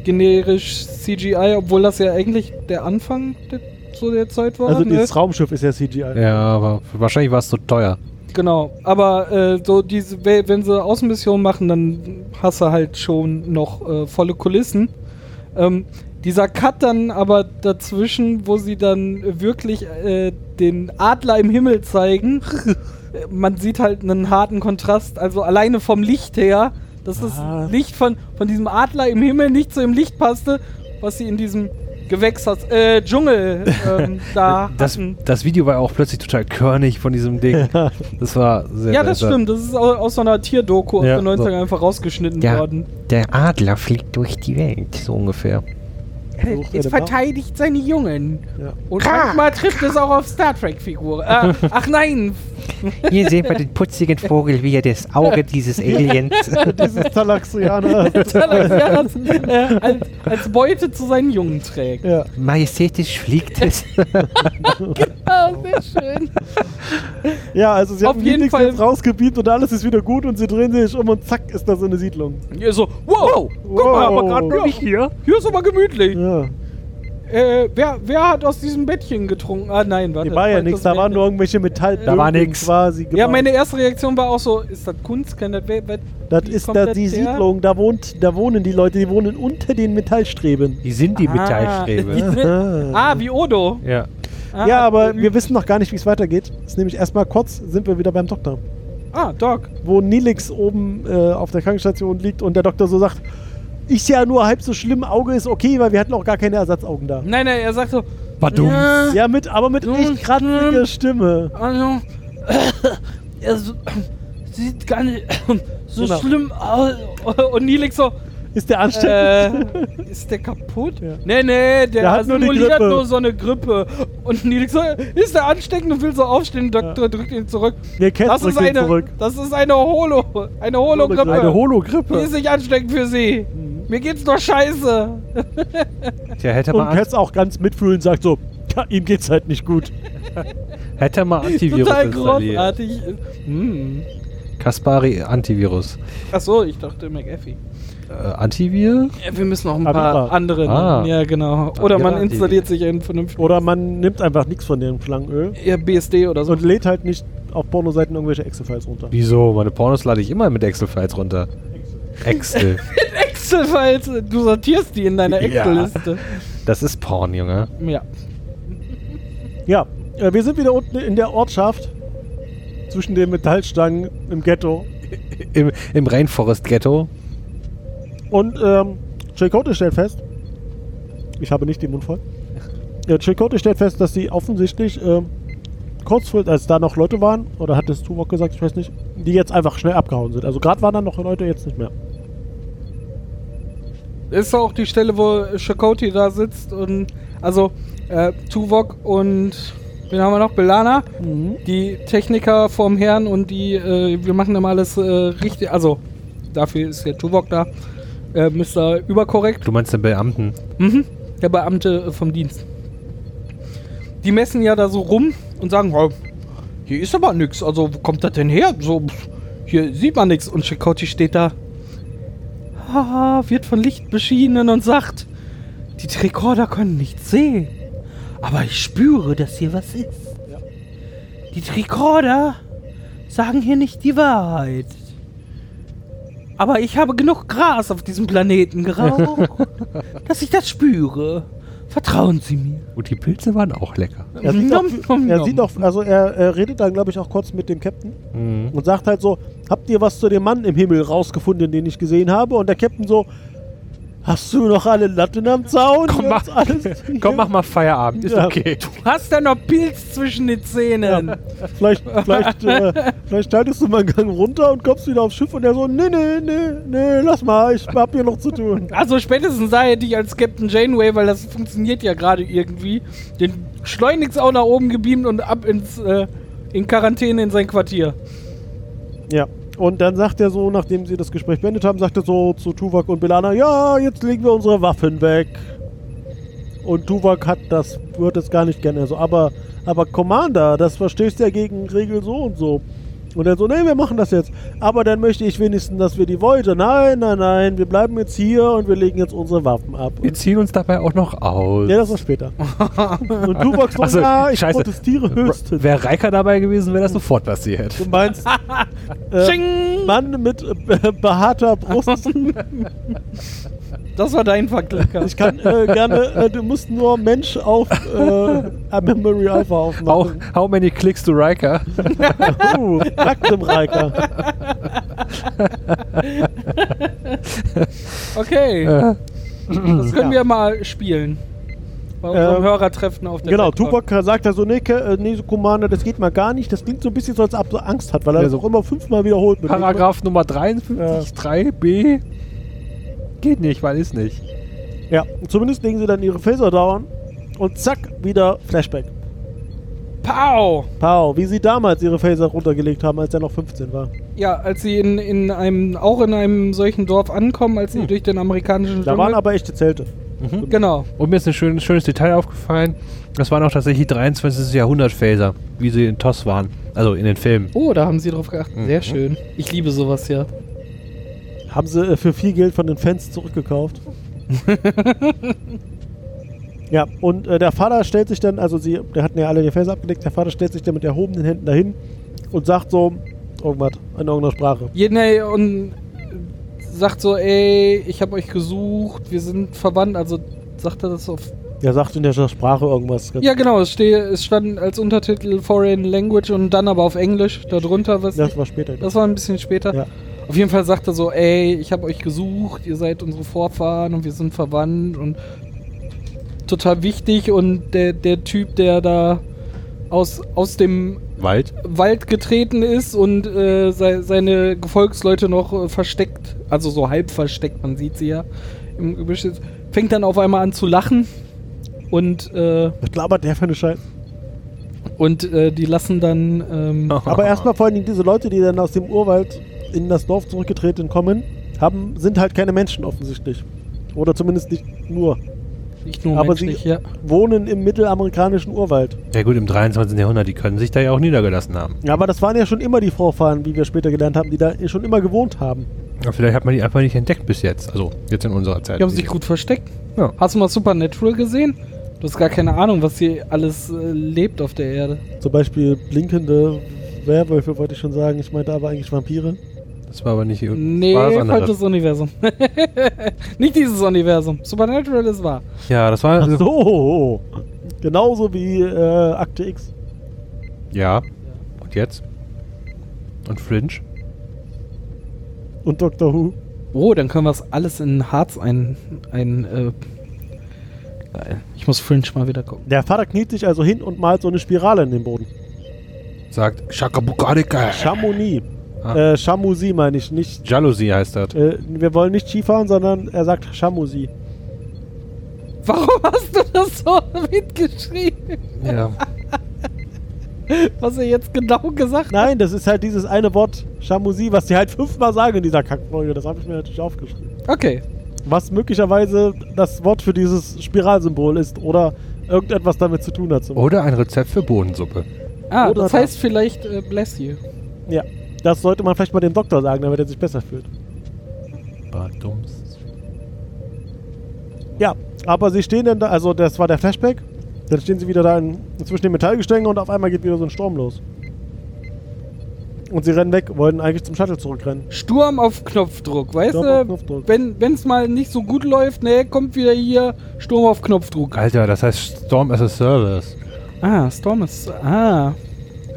S2: generisch CGI, obwohl das ja eigentlich der Anfang der, so der Zeit war.
S5: Also
S2: ne?
S5: dieses Raumschiff ist ja CGI.
S1: Ja, aber wahrscheinlich war es zu teuer.
S2: Genau, aber äh, so diese, we- wenn sie Außenmissionen machen, dann hast du halt schon noch äh, volle Kulissen. Ähm, dieser Cut dann aber dazwischen, wo sie dann wirklich äh, den Adler im Himmel zeigen, äh, man sieht halt einen harten Kontrast, also alleine vom Licht her, dass das
S5: Ah.
S2: Licht von, von diesem Adler im Himmel nicht zu dem Licht passte, was sie in diesem Gewächshaus, äh, Dschungel ähm, da
S1: Das,
S2: hatten.
S1: das Video war ja auch plötzlich total körnig von diesem Ding. Das war sehr
S2: Ja, das
S1: seltsam.
S2: stimmt. Das ist au- aus so einer Tierdoku
S1: Ja,
S2: aus den 90ern einfach rausgeschnitten
S1: Ja.
S2: worden.
S1: Der Adler fliegt durch die Welt, so ungefähr.
S5: Fluch der
S2: Es verteidigt seine Jungen.
S5: Ja.
S2: Und manchmal trifft es auch auf Star Trek-Figuren. Äh, ach nein,
S6: Hier sehen wir den putzigen Vogel, wie er das Auge dieses Aliens.
S5: Dieses Talaxianer.
S2: als, äh, als, als Beute zu seinen Jungen trägt.
S5: ja.
S6: Majestätisch fliegt es.
S2: Ah, sehr schön.
S5: ja, also sie
S2: Auf
S5: haben
S2: jeden
S5: nichts
S2: Fall-
S5: jetzt rausgebiebt und alles ist wieder gut und sie drehen sich um und zack ist da so eine Siedlung.
S2: Ihr so, wow, guck mal, aber gerade noch nicht hier. Hier ist aber gemütlich.
S5: Ja.
S2: Äh, wer, wer hat aus diesem Bettchen getrunken? Ah nein, warte.
S5: Hier war ja
S2: falsches
S5: nichts, da waren
S2: Bett.
S5: nur irgendwelche Metallbögen
S1: war nix.
S5: quasi
S2: Ja,
S5: gebaut.
S2: meine erste Reaktion war auch so, ist das Kunst? Kann das, wer- wer-
S5: Das
S2: wie
S5: ist
S2: kommt
S5: da die
S2: her?
S5: Siedlung, da, wohnt, da wohnen die Leute, die wohnen unter den Metallstreben.
S1: Die sind die Metallstrebe.
S5: Ah.
S2: Ah, wie Odo.
S1: Ja.
S2: Ah,
S5: ja, aber
S2: äh,
S5: wir wissen noch gar nicht, wie es weitergeht. Ist nämlich erstmal kurz, sind wir wieder beim Doktor.
S2: Ah, Doc.
S5: Wo Nilix oben äh, auf der Krankenstation liegt und der Doktor so sagt, ist ja nur halb so schlimm, Auge ist okay, weil wir hatten auch gar keine Ersatzaugen da.
S2: Nein, nein, er sagt so,
S1: Badum.
S2: ja,
S5: Ja, mit, aber
S2: Hm.
S5: mit echt kratziger Stimme.
S2: also, er so, sieht gar nicht so
S5: Genau.
S2: schlimm aus. Und Nilix so,
S5: Ist der anständig?
S2: äh, ist der kaputt?
S5: Ja.
S2: Nee, nee, der,
S5: Der hat nur die
S2: simuliert
S5: Grippe.
S2: nur so eine Grippe. Und Nilix so, ist der ansteckend und will so aufstehen. Der Doktor drückt ihn zurück.
S5: Der Cat
S2: Das
S5: drückt
S2: ist,
S5: ihn
S2: eine,
S5: zurück.
S2: das ist eine Holo, eine Holo-Grippe.
S5: Eine Mhm.
S2: Die
S1: Hologrippe.
S2: ist nicht ansteckend für sie. Mir geht's nur scheiße.
S1: Tja, hätte
S5: Und
S1: man, an,
S5: Cat auch ganz mitfühlend sagt so, ja, ihm geht's halt nicht gut.
S1: hätte man Antivirus
S2: Total
S1: installiert.
S2: großartig. Hm.
S1: Kaspari äh, Antivirus.
S2: Achso, ich dachte McAfee.
S1: Äh, Antivir?
S2: Äh, Wir müssen noch ein
S5: Ah,
S2: paar
S5: Viva.
S2: andere nehmen.
S1: Ah.
S2: Ja, genau. Oder
S1: Ja,
S2: man
S1: die-
S2: installiert sich einen vernünftigen
S5: Oder man nimmt einfach nichts von dem Schlangenöl
S2: ja, BSD oder so.
S5: und lädt halt nicht auf Pornoseiten irgendwelche Excel-Files runter.
S1: Wieso? Meine Pornos lade ich immer mit Excel-Files runter. Excel.
S2: Excel-Files, du sortierst die in deiner
S1: Ja.
S2: Excel-Liste.
S1: Das ist Porn, Junge.
S2: Ja.
S5: Ja, äh, wir sind wieder unten in der Ortschaft zwischen den Metallstangen im Ghetto.
S1: Im, im Rainforest-Ghetto.
S5: Und ähm, Chilcote stellt fest, ich habe nicht den Mund voll. Ja, Chilcote stellt fest, dass sie offensichtlich ähm, kurz vor, als da noch Leute waren, oder hat das Tuvok gesagt, ich weiß nicht, die jetzt einfach schnell abgehauen sind. Also gerade waren da noch Leute, jetzt nicht mehr.
S2: Ist auch die Stelle, wo Shakoti da sitzt und also äh, Tuvok und wen haben wir noch? Belana, die Techniker vom Herrn und die, äh, wir machen immer alles äh, richtig. Also, dafür ist ja Tuvok da. Äh, Mr. Überkorrekt.
S1: Du meinst den Beamten.
S2: Mhm. Der Beamte äh, vom Dienst. Die messen ja da so rum und sagen, "Oh, hier ist aber nix. Also wo kommt das denn her? So, pff, hier sieht man nix. Und Chakoti steht da, "Haha, wird von Licht beschienen und sagt, die Tricorder können nichts sehen. Aber ich spüre, dass hier was ist. Die Tricorder sagen hier nicht die Wahrheit. Aber ich habe genug Gras auf diesem Planeten geraucht dass ich das spüre. Vertrauen Sie mir.
S1: Und die Pilze waren auch lecker.
S5: Er sieht
S2: Nom,
S5: auch,
S2: nom,
S5: er
S2: nom.
S5: sieht auch also er, er redet dann, glaube ich, auch kurz mit dem Captain
S1: Mhm.
S5: und sagt halt so, habt ihr was zu dem Mann im Himmel rausgefunden, den ich gesehen habe? Und der Captain so, hast du noch alle Latten am Zaun?
S1: Komm,
S5: Die uns
S1: mach-
S5: alles
S1: Komm, mach mal Feierabend. Ist
S5: Ja.
S1: okay.
S2: Hast da noch Pilz zwischen den Zähnen?
S5: Vielleicht, vielleicht, äh, vielleicht schaltest du mal einen Gang runter und kommst wieder aufs Schiff und der so, nee, nee, nee, nee, lass mal, ich hab hier noch zu tun.
S2: Also spätestens da hätte ich als Captain Janeway, weil das funktioniert ja gerade irgendwie, den schleunigst auch nach oben gebeamt und ab ins äh, in Quarantäne in sein Quartier.
S5: Ja. Und dann sagt er so, nachdem sie das Gespräch beendet haben, sagt er so zu Tuvok und Belana, ja, jetzt legen wir unsere Waffen weg. Und Tuvok hat das, hört das gar nicht gerne. Also, aber, aber Commander, das verstößt ja gegen Regel so und so. Und dann so, nee, wir machen das jetzt. Aber dann möchte ich wenigstens, dass wir die Wolte. Nein, nein, nein, wir bleiben jetzt hier und wir legen jetzt unsere Waffen ab.
S1: Wir ziehen uns dabei auch noch aus.
S5: Ja, das war später. Und du sagst
S1: Ach so,
S5: so, ja, ich
S1: scheiße.
S5: protestiere höchstens.
S1: Wäre Reika dabei gewesen, wäre das sofort passiert.
S5: Du meinst, äh,
S2: Tsching!
S5: Mann mit äh, behaarter Brust.
S2: Das war dein Verklicker.
S5: Ich kann äh, gerne, äh, du musst nur Mensch auf äh, A Memory Alpha
S1: How,
S5: aufmachen.
S1: how many clicks to Riker?
S5: Uh, nackt im Reiker.
S2: Okay.
S1: Äh,
S2: Das können
S5: Ja.
S2: wir mal spielen. Bei unserem
S5: Ähm,
S2: Hörertreffen auf der
S5: Genau,
S2: Black Rock.
S5: Tupac sagt da so, nee, Ke- äh, nee, so, Commander, das geht mal gar nicht. Das klingt so ein bisschen so, als ob er Angst hat, weil er
S1: Ja,
S5: das
S1: so-
S5: auch immer fünfmal wiederholt. Mit
S1: Paragraph Nummer 53, 3b. Geht nicht, weil ist nicht.
S5: Ja, zumindest legen sie dann ihre Phaser down und zack, wieder Flashback.
S2: Pow!
S5: Pau, wie sie damals ihre Phaser runtergelegt haben, als er noch 15 war.
S2: Ja, als sie in, in einem, auch in einem solchen Dorf ankommen, als sie durch den amerikanischen
S5: Da waren aber echte Zelte.
S2: Genau.
S1: Und mir ist ein schön, schönes Detail aufgefallen. Das waren auch tatsächlich die 23. Jahrhundert-Phaser, wie sie in TOS waren. Also in den Filmen.
S2: Oh, da haben sie drauf geachtet. Sehr schön. Ich liebe sowas ja.
S5: Haben sie äh, für viel Geld von den Fans zurückgekauft. ja, und äh, der Vater stellt sich dann, also sie, der hatten ja alle die Phaser abgedeckt, der Vater stellt sich dann mit erhobenen Händen dahin und sagt so, irgendwas, in irgendeiner Sprache.
S2: Jenei und äh, sagt so, ey, ich habe euch gesucht, wir sind verwandt. Also sagt er das auf.
S5: Er sagt in der Sprache irgendwas. ganz-
S2: Ja, genau, es, stehe, es stand als Untertitel Foreign Language und dann aber auf Englisch darunter. Was
S5: Das war später.
S2: das war ein bisschen später.
S5: Ja.
S2: Auf jeden Fall sagt er so, ey, ich habe euch gesucht, ihr seid unsere Vorfahren und wir sind verwandt und total wichtig und der, der Typ, der da aus, aus dem
S1: Wald?
S2: Wald getreten ist und äh, sei, seine Gefolgsleute noch äh, versteckt, also so halb versteckt, man sieht sie ja im Gebüsch, ist, fängt dann auf einmal an zu lachen und, äh,
S5: Was labert der für eine Scheiße?
S2: und äh, die lassen dann ähm,
S5: Aber erstmal vor allen Dingen diese Leute, die dann aus dem Urwald in das Dorf zurückgetreten kommen, haben, sind halt keine Menschen offensichtlich. Oder zumindest nicht nur.
S2: nicht nur
S5: aber
S2: menschlich,
S5: sie
S2: ja.
S5: wohnen im mittelamerikanischen Urwald.
S1: Ja gut, im 23. Jahrhundert, die können sich da ja auch niedergelassen haben.
S5: Ja, aber das waren ja schon immer die Vorfahren, wie wir später gelernt haben, die da schon immer gewohnt haben.
S1: Aber vielleicht hat man die einfach nicht entdeckt bis jetzt. Also jetzt in unserer Zeit.
S2: Die haben sich gut versteckt.
S1: Ja.
S2: Hast du mal Supernatural gesehen? Du hast gar keine Ahnung, was hier alles äh, lebt auf der Erde.
S5: Zum Beispiel blinkende Werwölfe, wollte ich schon sagen. Ich meinte aber eigentlich Vampire.
S1: Das war aber nicht...
S2: Nee,
S1: war das andere.
S2: falsches Universum. Nicht dieses Universum. Supernatural ist wahr.
S1: Ja, das war...
S5: So. Genauso wie äh, Akte X.
S1: Ja. Und jetzt? Und Fringe?
S5: Und Doctor Who.
S2: Oh, dann können wir es alles in Harz ein. ein äh, geil. Ich muss Fringe mal wieder gucken.
S5: Der Vater kniet sich also hin und malt so eine Spirale in den Boden.
S1: Sagt Shakabukarika.
S5: Chamonix.
S1: Ah.
S5: Äh, Chamusi meine ich, nicht.
S1: Jalousie heißt das.
S5: Äh, wir wollen nicht Skifahren, sondern er sagt Chamusi.
S2: Warum hast du das so mitgeschrieben,
S1: Ja.
S2: was er jetzt genau gesagt hat?
S5: Nein, das ist halt dieses eine Wort Chamusi, was die halt fünfmal sagen in dieser Kackfolge. Das habe ich mir natürlich aufgeschrieben.
S2: Okay.
S5: Was möglicherweise das Wort für dieses Spiralsymbol ist oder irgendetwas damit zu tun hat. Zum
S1: Oder ein Rezept für Bohnensuppe.
S2: Ah,
S5: Oder
S2: das
S5: das.
S2: heißt vielleicht äh, Bless You.
S5: Ja. Das sollte man vielleicht mal dem Doktor sagen, damit er sich besser fühlt.
S1: Badums.
S5: Ja, aber sie stehen dann da, also das war der Flashback. Dann stehen sie wieder da in, zwischen den Metallgestängen und auf einmal geht wieder so ein Sturm los. Und sie rennen weg, wollen eigentlich zum Shuttle zurückrennen.
S2: Sturm auf Knopfdruck, weißt
S5: Sturm
S2: du?
S5: auf Knopfdruck.
S2: Wenn wenn's mal nicht so gut läuft, ne, kommt wieder hier Sturm auf Knopfdruck.
S1: Alter, das heißt Storm as a Service.
S2: Ah, Storm ist. Ah.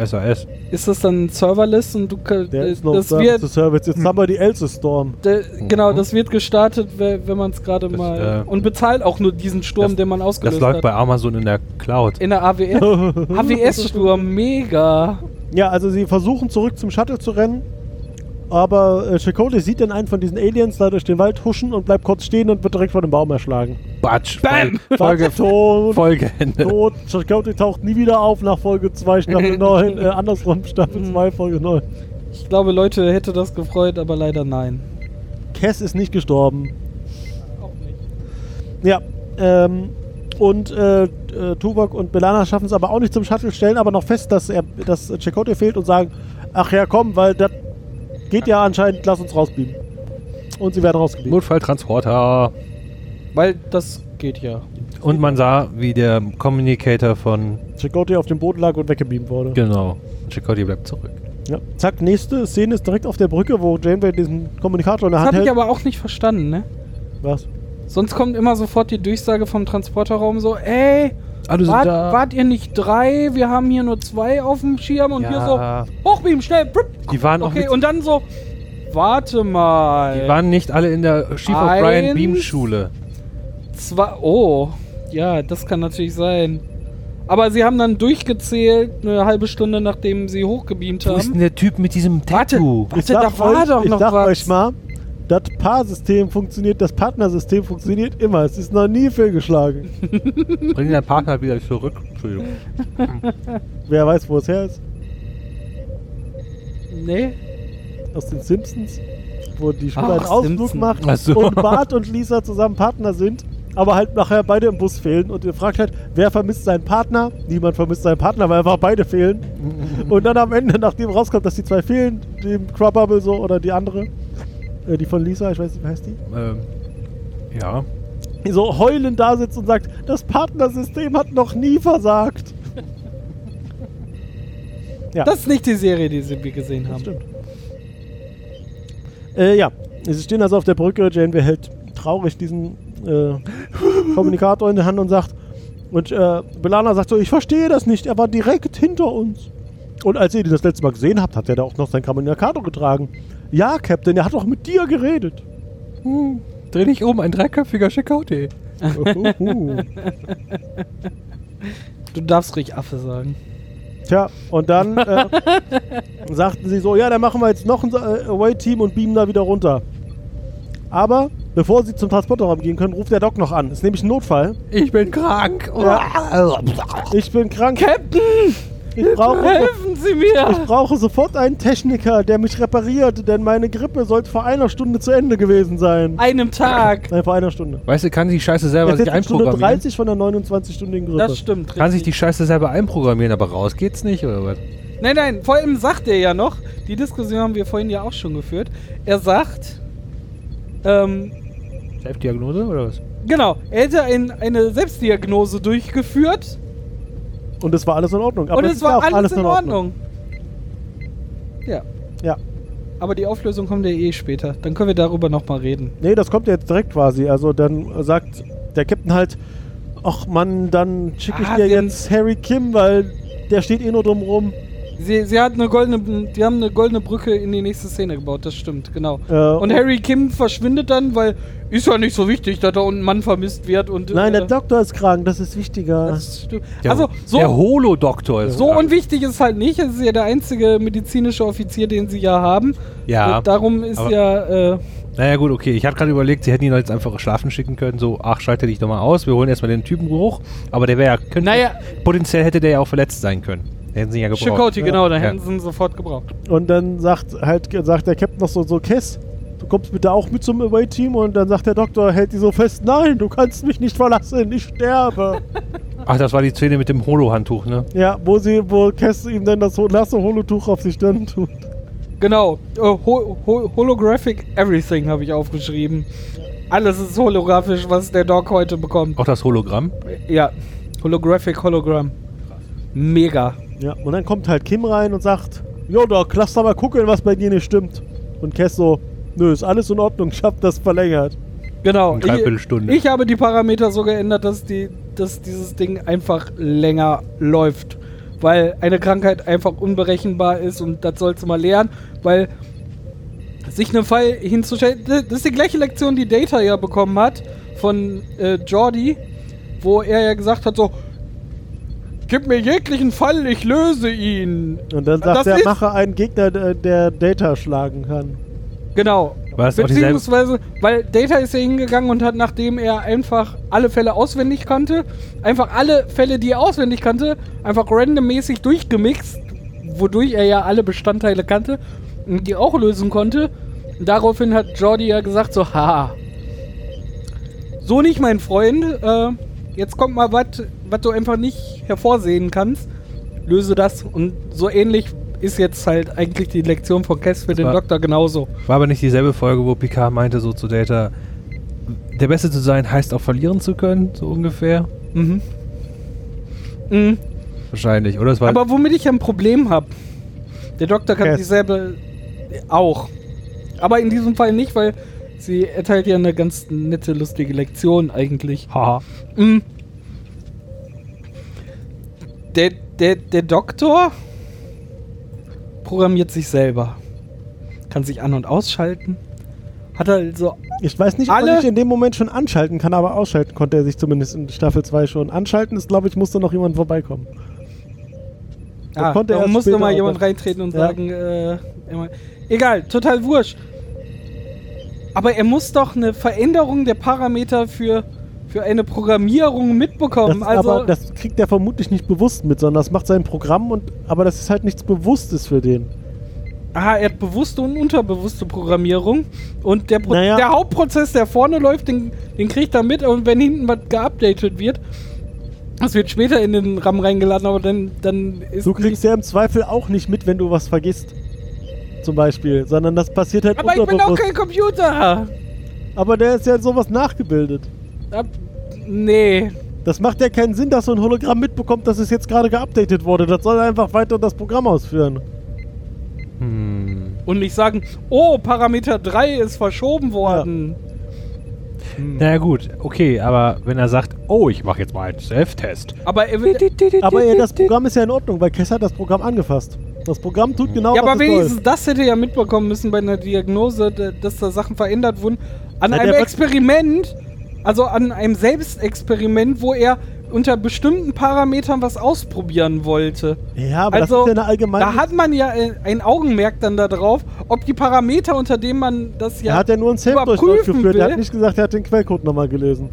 S1: SAS.
S2: Ist das dann serverless und du kannst.
S5: Der ist noch
S2: Äh, Das
S5: Service
S2: wird.
S5: to Service. Jetzt somebody else's Storm.
S2: De, genau, das wird gestartet, we- wenn man es gerade
S1: Mhm. Das,
S2: mal.
S1: äh,
S2: und bezahlt auch nur diesen Sturm,
S1: das-
S2: den man
S1: Das
S2: ausgelöst
S1: läuft
S2: hat.
S1: bei Amazon in der Cloud.
S2: In der AWS. AWS-Sturm, mega.
S5: Ja, also sie versuchen zurück zum Shuttle zu rennen. Aber äh, Chakotay sieht dann einen von diesen Aliens da durch den Wald huschen und bleibt kurz stehen und wird direkt von dem Baum erschlagen.
S1: Batsch.
S2: Bam!
S1: Folge,
S5: tot,
S1: Folge Ende.
S5: tot. Chakotay taucht nie wieder auf nach Folge 2, Staffel 9. Äh, andersrum, Staffel 2, Folge 9.
S2: Ich glaube, Leute hätte das gefreut, aber leider nein.
S5: Cass ist nicht gestorben. Ja, ähm, und äh, äh, Tuvok und Belana schaffen es aber auch nicht zum Shuttle, stellen aber noch fest, dass er, dass Chakotay fehlt und sagen, ach ja, komm, weil das geht ja anscheinend, lass uns rausbieben. Und sie werden rausgebieben.
S1: Notfalltransporter.
S2: Weil das geht ja.
S1: Und man sah, wie der Communicator von.
S5: Chakotay auf dem Boden lag und weggebeamt wurde.
S1: Genau. Chicotti bleibt zurück.
S5: Ja. Zack, nächste Szene ist direkt auf der Brücke, wo Janeway diesen Kommunikator in der
S1: Ah,
S2: Das
S5: Hand
S2: habe ich
S5: hält.
S2: aber auch nicht verstanden, ne?
S5: Was?
S2: Sonst kommt immer sofort die Durchsage vom Transporterraum so, ey,
S1: Alle
S2: wart, wart ihr nicht drei? Wir haben hier nur zwei auf dem Schirm und
S1: Ja.
S2: hier so, hochbeam, schnell. Brupp.
S1: Die waren auch
S2: Okay,
S1: nicht,
S2: und dann so, warte mal.
S1: die waren nicht alle in der Chief
S2: Eins.
S1: O'Brien Beam Schule.
S2: Zwei, oh. Ja, das kann natürlich sein. Aber sie haben dann durchgezählt, eine halbe Stunde nachdem sie hochgebeamt
S6: Wo ist denn
S2: haben.
S6: der Typ mit diesem
S2: Warte.
S6: Tattoo?
S2: Warte, da war
S5: euch,
S2: doch noch
S5: ich sag
S2: was.
S5: euch mal, das Paarsystem funktioniert, das Partnersystem funktioniert immer. Es ist noch nie fehlgeschlagen.
S1: Bring deinen Partner wieder zurück. Entschuldigung.
S5: Wer weiß, wo es her ist?
S2: Nee?
S5: Aus den Simpsons, wo die Schule
S2: Ach,
S5: einen Ausflug
S2: Simpsons.
S5: macht
S1: Ach so.
S5: und Bart und Lisa zusammen Partner sind, aber halt nachher beide im Bus fehlen und ihr fragt halt, wer vermisst seinen Partner? Niemand vermisst seinen Partner, weil einfach beide fehlen. und dann am Ende, nachdem rauskommt, dass die zwei fehlen, dem Crubbubble so oder die andere, äh, die von Lisa, ich weiß nicht, wie heißt die?
S1: Ähm, ja.
S5: die so heulend da sitzt und sagt, das Partnersystem hat noch nie versagt. Ja.
S2: Das ist nicht die Serie, die sie wir gesehen haben.
S5: stimmt. Äh, ja, sie stehen also auf der Brücke. Jane behält traurig diesen äh, Kommunikator in der Hand und sagt, und äh, Belana sagt so, ich verstehe das nicht, er war direkt hinter uns. Und als ihr ihn das letzte Mal gesehen habt, hat er da auch noch seinen Kommunikator getragen. Ja, Captain, er hat doch mit dir geredet. Hm.
S1: Dreh dich um, ein dreiköpfiger Schickote.
S5: Uhuhu.
S2: Du darfst ruhig Affe sagen.
S5: Tja, und dann äh, sagten sie so, ja, dann machen wir jetzt noch ein äh, Away-Team und beamen da wieder runter. Aber bevor sie zum Transporterraum gehen können, ruft der Doc noch an. Ist nämlich ein Notfall.
S1: Ich bin krank.
S5: Ich bin krank.
S2: Captain,
S5: Ich brauche,
S2: helfen Sie mir!
S5: ich brauche sofort einen Techniker, der mich repariert, denn meine Grippe sollte vor einer Stunde zu Ende gewesen sein.
S2: Einem Tag.
S5: Nein, vor einer Stunde.
S1: Weißt du, kann die Scheiße selber
S5: Jetzt
S1: sich
S5: ist eine Stunde
S1: einprogrammieren?
S5: 30 von der 29-stündigen Grippe.
S2: Das stimmt.
S1: Kann sich
S2: richtig.
S1: die Scheiße selber einprogrammieren, aber raus geht's nicht, oder was?
S2: Nein, nein, vor allem sagt er ja noch, die Diskussion haben wir vorhin ja auch schon geführt. Er sagt, ähm,
S1: Selbstdiagnose oder was?
S2: genau, er hätte ein, eine Selbstdiagnose durchgeführt
S5: und es war alles in Ordnung. Aber
S2: und
S5: es
S2: es
S5: ist ja
S2: war
S5: auch
S2: alles, in Ordnung. Ja.
S5: Ja.
S2: Aber die Auflösung kommt ja eh später. Dann können wir darüber nochmal reden.
S5: Nee, das kommt ja jetzt direkt quasi. Also dann sagt der Captain halt, ach Mann, dann schicke ich
S2: Ah,
S5: dir
S2: den-
S5: jetzt Harry Kim, weil der steht eh nur drum rum.
S2: Sie, sie hat eine goldene, die haben eine goldene Brücke in die nächste Szene gebaut, das stimmt, genau.
S5: Äh,
S2: Und Harry Kim verschwindet dann, weil ist ja nicht so wichtig, dass da unten ein Mann vermisst wird und.
S5: Nein,
S2: äh,
S5: der Doktor ist krank, das ist wichtiger.
S2: Das stimmt.
S1: Der,
S2: also, so,
S1: der Holo-Doktor ist
S2: So
S1: krank.
S2: unwichtig ist halt nicht. Es ist ja der einzige medizinische Offizier, den sie ja haben.
S1: Ja.
S2: Und darum ist
S1: aber-
S2: ja. Äh,
S1: Naja, gut, okay. Ich hatte gerade überlegt, sie hätten ihn jetzt einfach schlafen schicken können. So, ach, schalte dich doch mal aus. Wir holen erstmal den Typen hoch. Aber der wäre ja. Könnte,
S2: Naja.
S1: Potenziell hätte der ja auch verletzt sein können. Hätten sie ihn ja gebraucht. ne?
S2: Chakoti, genau, da
S1: Ja.
S2: hätten sie ihn sofort gebraucht.
S5: Und dann sagt halt sagt der Captain noch so, so Kess, du kommst bitte auch mit zum Away-Team und dann sagt der Doktor, hält die so fest, nein, du kannst mich nicht verlassen, ich sterbe.
S1: Ach, das war die Szene mit dem Holo-Handtuch, ne?
S5: ja, wo sie, wo Kess ihm dann das ho- nasse Holotuch auf die Stirn tut.
S2: Genau. Äh, ho ho holographic Everything habe ich aufgeschrieben. Alles ist holographisch, was der Doc heute bekommt.
S1: Auch das Hologramm.
S2: Ja. Holographic Hologramm. Mega.
S5: Ja, und dann kommt halt Kim rein und sagt, jo Doc, lass doch mal gucken, was bei dir nicht stimmt. Und Kess so, nö, ist alles in Ordnung, ich hab das verlängert.
S2: Genau.
S1: Eine
S2: Ich-
S1: Dreiviertelstunde.
S2: Ich habe die Parameter so geändert, dass, die, dass dieses Ding einfach länger läuft. Weil eine Krankheit einfach unberechenbar ist und das sollst du mal lernen, weil sich einen Fall hinzustellen, das ist die gleiche Lektion, die Data ja bekommen hat von äh, Jordi, wo er ja gesagt hat so, gib mir jeglichen Fall, ich löse ihn.
S5: Und dann sagt
S2: Das
S5: er,
S2: ist-
S5: mache einen Gegner, der, der Data schlagen kann.
S2: Genau.
S1: War das auch dieselbe-
S2: Beziehungsweise, weil Data ist ja hingegangen und hat, nachdem er einfach alle Fälle auswendig kannte, einfach alle Fälle, die er auswendig kannte, einfach randommäßig durchgemixt, wodurch er ja alle Bestandteile kannte und die auch lösen konnte. Daraufhin hat Jordi ja gesagt so, ha, so nicht, mein Freund. Äh, jetzt kommt mal was, was du einfach nicht hervorsehen kannst. Löse das und so ähnlich ist jetzt halt eigentlich die Lektion von Cass für den
S1: war-
S2: Doktor genauso.
S1: War aber nicht dieselbe Folge, wo Picard meinte so zu Data, der Beste zu sein heißt auch verlieren zu können, so ungefähr.
S2: Mhm. Mhm.
S1: Wahrscheinlich, oder? Es war
S2: Aber womit ich ein Problem habe, der Doktor kann
S5: Yes.
S2: dieselbe auch. Aber in diesem Fall nicht, weil sie erteilt ja eine ganz nette, lustige Lektion eigentlich.
S1: Haha.
S2: Mhm. Der, der, der Doktor programmiert sich selber. Kann sich an- und ausschalten. Hat also
S5: Ich weiß nicht, ob
S2: Alle-
S5: man sich in dem Moment schon anschalten kann, aber ausschalten konnte er sich zumindest in Staffel 2 schon. Anschalten ist, glaube ich, musste noch jemand vorbeikommen.
S2: Ähm,
S5: Das
S2: Ah,
S5: konnte
S2: da
S5: er erst
S2: muss
S5: später,
S2: nochmal
S5: aber-
S2: jemand reintreten und
S5: Ja.
S2: sagen, äh, immer- egal, total wurscht. Aber er muss doch eine Veränderung der Parameter für, für eine Programmierung
S5: Das,
S2: mitbekommen.
S5: ist
S2: also,
S5: aber, das kriegt er vermutlich nicht bewusst mit, sondern das macht sein Programm, und, aber das ist halt nichts Bewusstes für den.
S2: ah, er hat bewusste und unterbewusste Programmierung. Und der, Pro
S5: Naja.
S2: der Hauptprozess, der vorne läuft, den, den kriegt er mit. Und wenn hinten was geupdatet wird, das wird später in den RAM reingeladen, aber dann, dann ist
S5: Du kriegst ja im Zweifel auch nicht mit, wenn du was vergisst. Zum Beispiel, sondern das passiert halt
S2: Aber ich bin doch
S5: unterbewusst.
S2: kein Computer.
S5: Aber der ist ja sowas nachgebildet.
S2: Ab- Nee,
S5: Das macht ja keinen Sinn, dass so ein Hologramm mitbekommt, dass es jetzt gerade geupdatet wurde. Das soll einfach weiter das Programm ausführen.
S2: Und nicht sagen, oh, Parameter 3 ist verschoben worden.
S1: Naja gut, okay, aber wenn er sagt, oh, ich mache jetzt mal einen Self-Test.
S2: Aber er will.
S5: Aber ja, das Programm ist ja in Ordnung, weil Kess hat das Programm angefasst. Das Programm tut genau,
S2: Ja,
S5: was
S2: aber
S5: es soll.
S2: wenigstens das hätte er ja mitbekommen müssen bei einer Diagnose, da- dass da Sachen verändert wurden. An
S5: Na,
S2: einem
S5: der wird-
S2: Experiment, also an einem Selbstexperiment, wo er unter bestimmten Parametern was ausprobieren wollte.
S5: Ja, aber
S2: also,
S5: das ist ja eine allgemeine...
S2: da hat man ja äh, ein Augenmerk dann darauf, ob die Parameter, unter denen man das ja.
S5: er hat ja nur einen Safe
S2: überprüfen
S5: durchgeführt. Er
S2: will.
S5: hat nicht gesagt, er hat den Quellcode nochmal gelesen.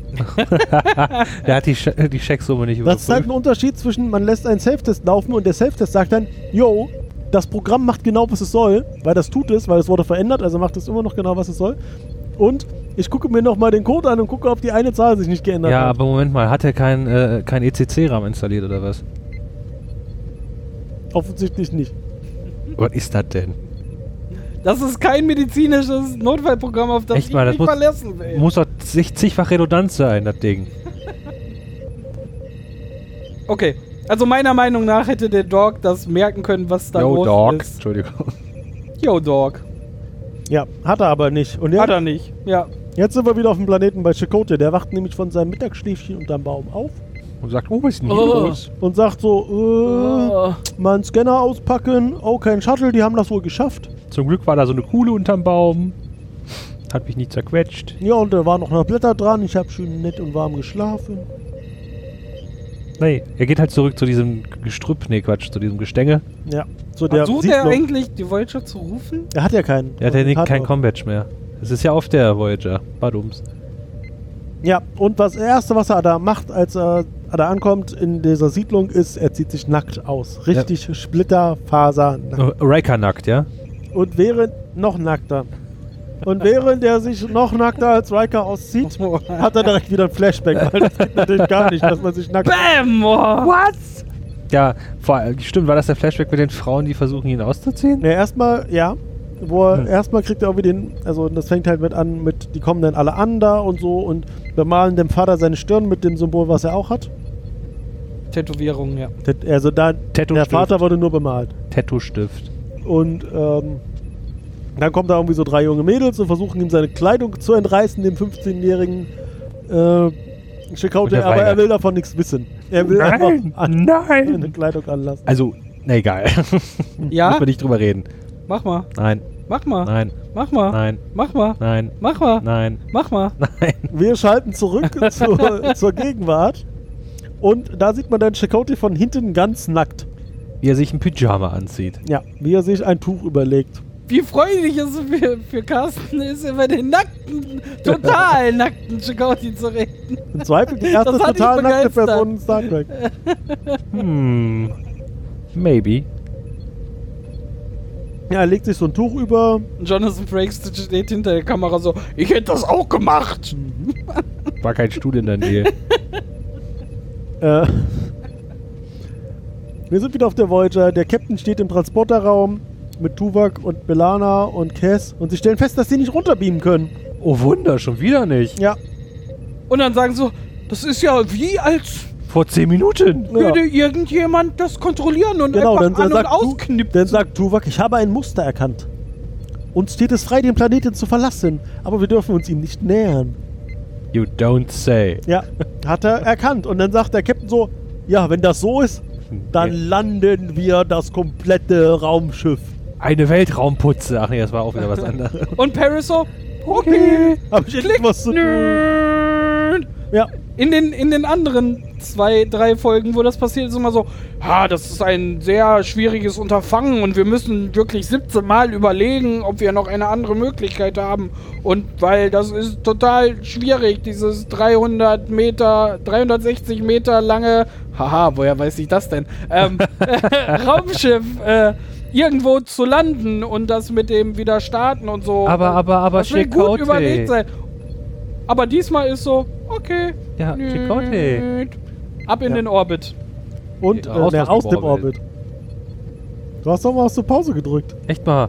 S1: Der hat die, Che- die Checksumme nicht
S5: Das ist halt ein
S1: überprüft.
S5: Unterschied zwischen, man lässt einen Safe-Test laufen und der Safe-Test sagt dann, yo, das Programm macht genau, was es soll, weil das tut es, weil es wurde verändert, also macht es immer noch genau, was es soll. Und ich gucke mir nochmal den Code an und gucke, ob die eine Zahl sich nicht geändert
S1: Ja,
S5: hat.
S1: aber Moment mal, hat er kein, äh, kein ECC-RAM installiert oder was?
S5: Offensichtlich nicht.
S1: Was ist das denn?
S2: das ist kein medizinisches Notfallprogramm, auf das
S1: Echt
S2: ich
S1: mal, das
S2: mich
S1: muss-
S2: verlassen will.
S1: Muss doch zig, zigfach redundant sein, das Ding.
S2: Okay. Also meiner Meinung nach hätte der Dog das merken können, was da los ist.
S1: Entschuldigung.
S2: Yo, Dog.
S5: Ja, hat er aber nicht. Und
S2: Hat
S5: jetzt,
S2: er nicht. Ja.
S5: jetzt sind wir wieder auf dem Planeten bei Chakotay. Der wacht nämlich von seinem Mittagsschläfchen unterm Baum auf
S1: Und sagt, oh, was ist denn hier
S2: Oh.
S1: los?
S5: und sagt so, äh, mal einen Scanner auspacken. Oh, kein Shuttle, die haben das wohl geschafft.
S1: Zum Glück war da so eine Kuhle unterm Baum. Hat mich nicht zerquetscht.
S5: Ja, und da waren noch noch Blätter dran. Ich habe schön nett und warm geschlafen.
S1: Nee, er geht halt zurück zu diesem Gestrüpp, nee, Quatsch, zu diesem Gestänge.
S5: Ja, so
S2: Ja,
S5: der
S2: Versucht
S5: sieht
S2: er
S5: noch-
S2: eigentlich, die Vulture zu rufen?
S5: Er hat ja keinen.
S1: Er hat ja nicht, kein
S5: noch.
S1: Combatch mehr. Das ist ja auf der Voyager. Badums.
S5: Ja, und was das Erste, was er da macht, als er da ankommt in dieser Siedlung, ist, er zieht sich nackt aus. Richtig Splitterfaser nackt.
S1: Äh, Riker nackt, ja?
S5: Und während noch nackter. Und während er sich noch nackter als Riker auszieht, hat er direkt wieder ein Flashback, weil das geht natürlich gar nicht, dass man sich nackt.
S2: Bam! Oh.
S6: Was?
S1: Ja, vor allem, stimmt, war das der Flashback mit den Frauen, die versuchen, ihn auszuziehen?
S5: Ja, erstmal, ja. Wo er,
S1: Hm.
S5: erstmal kriegt er irgendwie den, also das fängt halt mit an, mit die kommen dann alle an da und so und bemalen dem Vater seine Stirn mit dem Symbol, was er auch hat.
S2: Tätowierung, ja.
S5: Das- Also da, der
S1: Tattoo-Stift.
S5: Vater wurde nur bemalt.
S1: Tattoo-Stift.
S5: Und ähm, dann kommen da irgendwie so drei junge Mädels und versuchen ihm seine Kleidung zu entreißen, dem 15-jährigen äh,
S1: Und
S5: Chakotay,
S1: er
S5: aber er
S1: weigert.
S5: will davon nichts wissen. Er will
S1: Nein,
S5: einfach an,
S1: Ah, nein.
S5: seine Kleidung anlassen.
S1: Also, na egal.
S2: Ja?
S1: Müssen wir nicht drüber reden.
S2: Mach mal.
S1: Nein,
S2: Mach mal.
S1: nein,
S2: Mach mal.
S1: nein,
S2: Mach mal.
S1: nein,
S2: Mach mal.
S1: nein,
S2: Mach mal.
S1: nein.
S5: Wir schalten zurück zur, zur Gegenwart und da sieht man dann Chakotay von hinten ganz nackt.
S1: Wie er sich ein Pyjama anzieht.
S5: Ja, wie er sich ein Tuch überlegt.
S2: Wie freudig es für, für Carsten ist, über den nackten, total nackten Chakoti zu reden.
S5: Im Zweifel die
S2: Das
S5: erste
S2: hat dich
S5: total nackte
S2: begeistert.
S5: Person in Star Trek.
S1: Hm. Maybe.
S5: Ja, er legt sich so ein Tuch über.
S2: Jonathan Frakes steht hinter der Kamera so, ich hätte das auch gemacht.
S1: War kein Stuhl in der Nähe.
S5: Äh, wir sind wieder auf der Voyager. Der Captain steht im Transporterraum mit Tuvok und Belana und Cass und sie stellen fest, dass sie nicht runterbeamen können.
S1: oh Wunder, schon wieder nicht.
S5: Ja,
S2: Und dann sagen so, das ist ja wie als
S1: Vor zehn Minuten.
S5: ja.
S2: würde irgendjemand das kontrollieren und
S5: genau. Dann,
S2: einfach
S5: dann,
S2: an- und
S5: sagt Tu,
S2: ausknipsen.
S5: dann sagt Tuvok, ich habe ein Muster erkannt. Uns steht es frei, den Planeten zu verlassen, aber wir dürfen uns ihm nicht nähern.
S1: You don't say.
S5: Ja, hat er erkannt. Und dann sagt der Captain so, ja, wenn das so ist, dann landen wir das komplette Raumschiff.
S1: Eine Weltraumputze. Ach nee, das war auch wieder was anderes.
S2: Und Paris so, Okay.
S5: Hab ich endlich was zu tun?
S2: Nerd.
S5: Ja,
S2: In den, in den anderen zwei, drei Folgen, wo das passiert, ist immer so, ha, das ist ein sehr schwieriges Unterfangen und wir müssen wirklich 17 Mal überlegen, ob wir noch eine andere Möglichkeit haben. Und weil das ist total schwierig, dieses 300 Meter, 360 Meter lange, haha, woher weiß ich das denn, ähm, Raumschiff äh, irgendwo zu landen und das mit dem wieder starten und so.
S1: Aber, aber, aber,
S2: das will gut
S1: Chakotay.
S2: überlegt sein. Aber diesmal ist so, okay.
S1: Ja,
S2: Nö,
S1: Chakotay.
S2: nö, nö. Ab in
S5: Ja.
S2: den Orbit.
S5: und äh,
S1: Raus
S5: na,
S1: aus
S5: aus
S1: dem
S5: dem Orbit. Du hast doch mal aus der Pause gedrückt.
S1: Echt mal.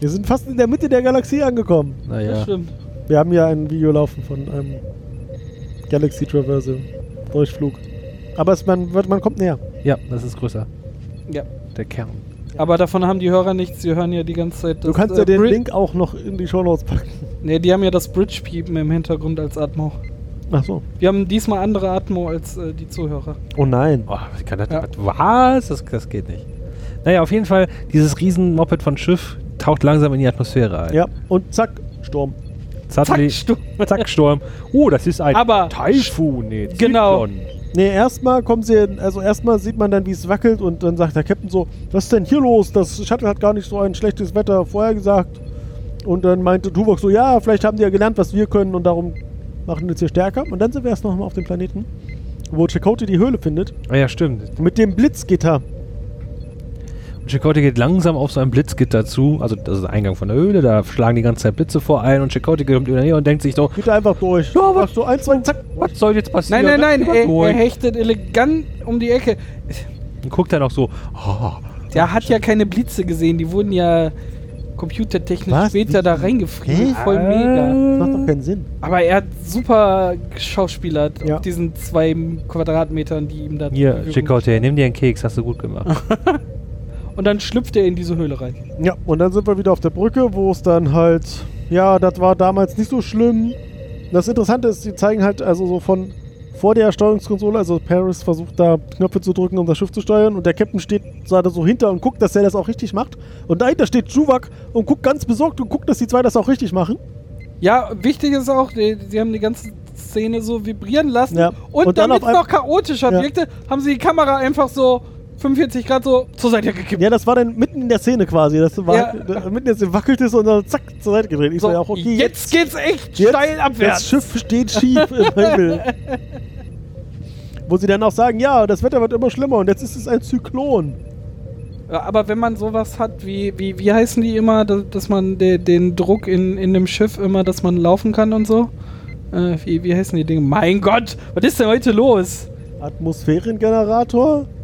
S5: Wir sind fast in der Mitte der Galaxie angekommen.
S2: Das
S1: Naja.
S2: stimmt.
S5: Wir haben ja ein Video laufen von einem Galaxy Traverse Durchflug. Aber es, man, wird, man kommt näher.
S1: Ja, das ist größer.
S2: Ja.
S1: Der Kern.
S2: Aber davon haben die Hörer nichts. Sie hören ja die ganze Zeit.
S5: Du
S2: das,
S5: kannst
S2: äh,
S5: ja den
S2: Bri-
S5: Link auch noch in die Shownotes packen.
S2: Nee, die haben ja das Bridge-Piepen im Hintergrund als Atmo.
S5: Ach so.
S2: Wir haben diesmal andere Atmo als äh, die Zuhörer.
S5: Oh nein.
S1: Oh, wie kann das,
S2: Ja.
S1: Was? Das, das geht nicht. Naja, auf jeden Fall, dieses Riesen-Moped von Schiff taucht langsam in die Atmosphäre ein.
S5: Ja, und zack, Sturm.
S1: Zack,
S2: Zack, Sturm.
S1: Zack, Sturm. Oh, das ist ein
S2: Aber-
S1: Taifun. Nee,
S2: Genau.
S1: Zyklon.
S5: Nee, erstmal kommen sie, also erstmal sieht man dann, wie es wackelt und dann sagt der Captain so, was ist denn hier los? Das Shuttle hat gar nicht so ein schlechtes Wetter vorher gesagt. Und dann meinte Tuvok so, ja, vielleicht haben die ja gelernt, was wir können und darum machen wir jetzt hier stärker. Und dann sind wir erst nochmal auf dem Planeten, wo Chakotay die Höhle findet,
S1: Ah ja, stimmt.
S5: mit dem Blitzgitter.
S1: Und Chakotay geht langsam auf so ein Blitzgitter zu. Also, das ist der Eingang von der Höhle. Da schlagen die ganze Zeit Blitze vor ein. Und Chakotay kommt in der Nähe und denkt sich so,
S5: Geht da einfach durch.
S1: Ja, was-
S5: Machst du eins, zwei, zack.
S1: was soll jetzt
S2: Nein,
S1: passieren?
S2: nein, nein.
S1: Immer
S2: Er, er
S1: durch.
S2: hechtet elegant um die Ecke.
S1: Und guckt dann auch so, oh,
S2: Der hat ja keine Blitze gesehen. Die wurden ja computertechnisch
S5: Was?
S2: später da
S5: Wie-
S2: reingefriert.
S5: Hä? Ah.
S2: Voll mega.
S5: Das macht doch keinen Sinn.
S2: Aber er hat super geschauspielert
S5: Ja.
S2: auf diesen zwei Quadratmetern, die ihm da zur
S1: Hier,
S2: Verfügung
S1: Chicote, nimm dir einen Keks, hast du gut gemacht.
S2: stehen. Und dann schlüpft er in diese Höhle rein.
S5: Ja, und dann sind wir wieder auf der Brücke, wo es dann halt, ja, das war damals nicht so schlimm. Das Interessante ist, die zeigen halt also so von vor der Steuerungskonsole, also Paris versucht da Knöpfe zu drücken, um das Schiff zu steuern und der Captain steht gerade so hinter und guckt, dass er das auch richtig macht. Und dahinter steht Juwak und guckt ganz besorgt und guckt, dass die zwei das auch richtig machen.
S2: Ja, wichtig ist auch, die, sie haben die ganze Szene so vibrieren lassen.
S5: Ja.
S2: Und,
S5: Und dann
S2: damit es
S5: auf ein-
S2: noch chaotischer
S5: Ja.
S2: wirkte, haben sie die Kamera einfach so 45 Grad so zur Seite gekippt.
S5: Ja, das war dann mitten in der Szene quasi. Das war
S2: Ja.
S5: da- mitten in der Szene wackelt es und dann zack zur Seite gedreht. Ich so,
S2: so,
S5: ja auch okay.
S2: jetzt, geht's echt
S5: Jetzt-
S2: steil
S5: Das
S2: abwärts.
S5: Schiff steht schief im Himmel. Wo sie dann auch sagen, ja, das Wetter wird immer schlimmer und jetzt ist es ein Zyklon.
S2: Ja, Aber wenn man sowas hat, wie, wie, wie heißen die immer, dass, dass man de, den Druck in, in dem Schiff immer, dass man laufen kann und so? Äh, wie, wie heißen die Dinge? Mein Gott, was ist denn heute los?
S5: Atmosphärengenerator?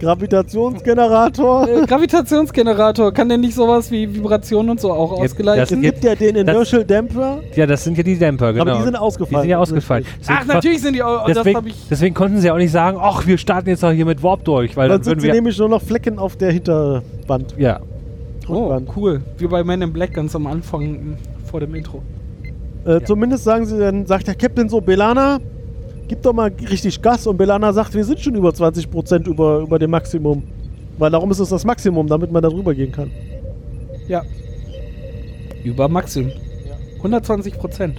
S5: Gravitationsgenerator?
S2: Äh, Gravitationsgenerator, kann der nicht sowas wie Vibration und so auch ausgleichen?
S1: das
S5: Es gibt ja den
S1: das-
S5: Inertial Damper,
S1: Ja, das sind ja die Dämpfer, genau.
S5: aber die sind ausgefallen.
S1: Die sind ja ausgefallen. Deswegen
S2: Ach, natürlich sind die auch. Das
S1: Deswegen,
S2: hab ich.
S1: deswegen konnten sie ja auch nicht sagen, ach, wir starten jetzt auch hier mit Warp durch, weil
S5: Dann
S1: dann
S5: sind
S1: würden
S5: sie
S1: wir...
S5: nämlich nur noch Flecken auf der Hinterwand.
S1: Ja,
S2: Oh,
S5: Rückwand.
S2: cool. Wie bei Man in Black ganz am Anfang mh, vor dem Intro.
S5: Äh, Zumindest sagen sie dann, sagt der Captain so, Belana, gib doch mal richtig Gas. Und Belana sagt, wir sind schon über 20% über, über dem Maximum. Weil darum ist es das Maximum, damit man da drüber gehen kann.
S2: Ja. Über Maxim. 120 Prozent.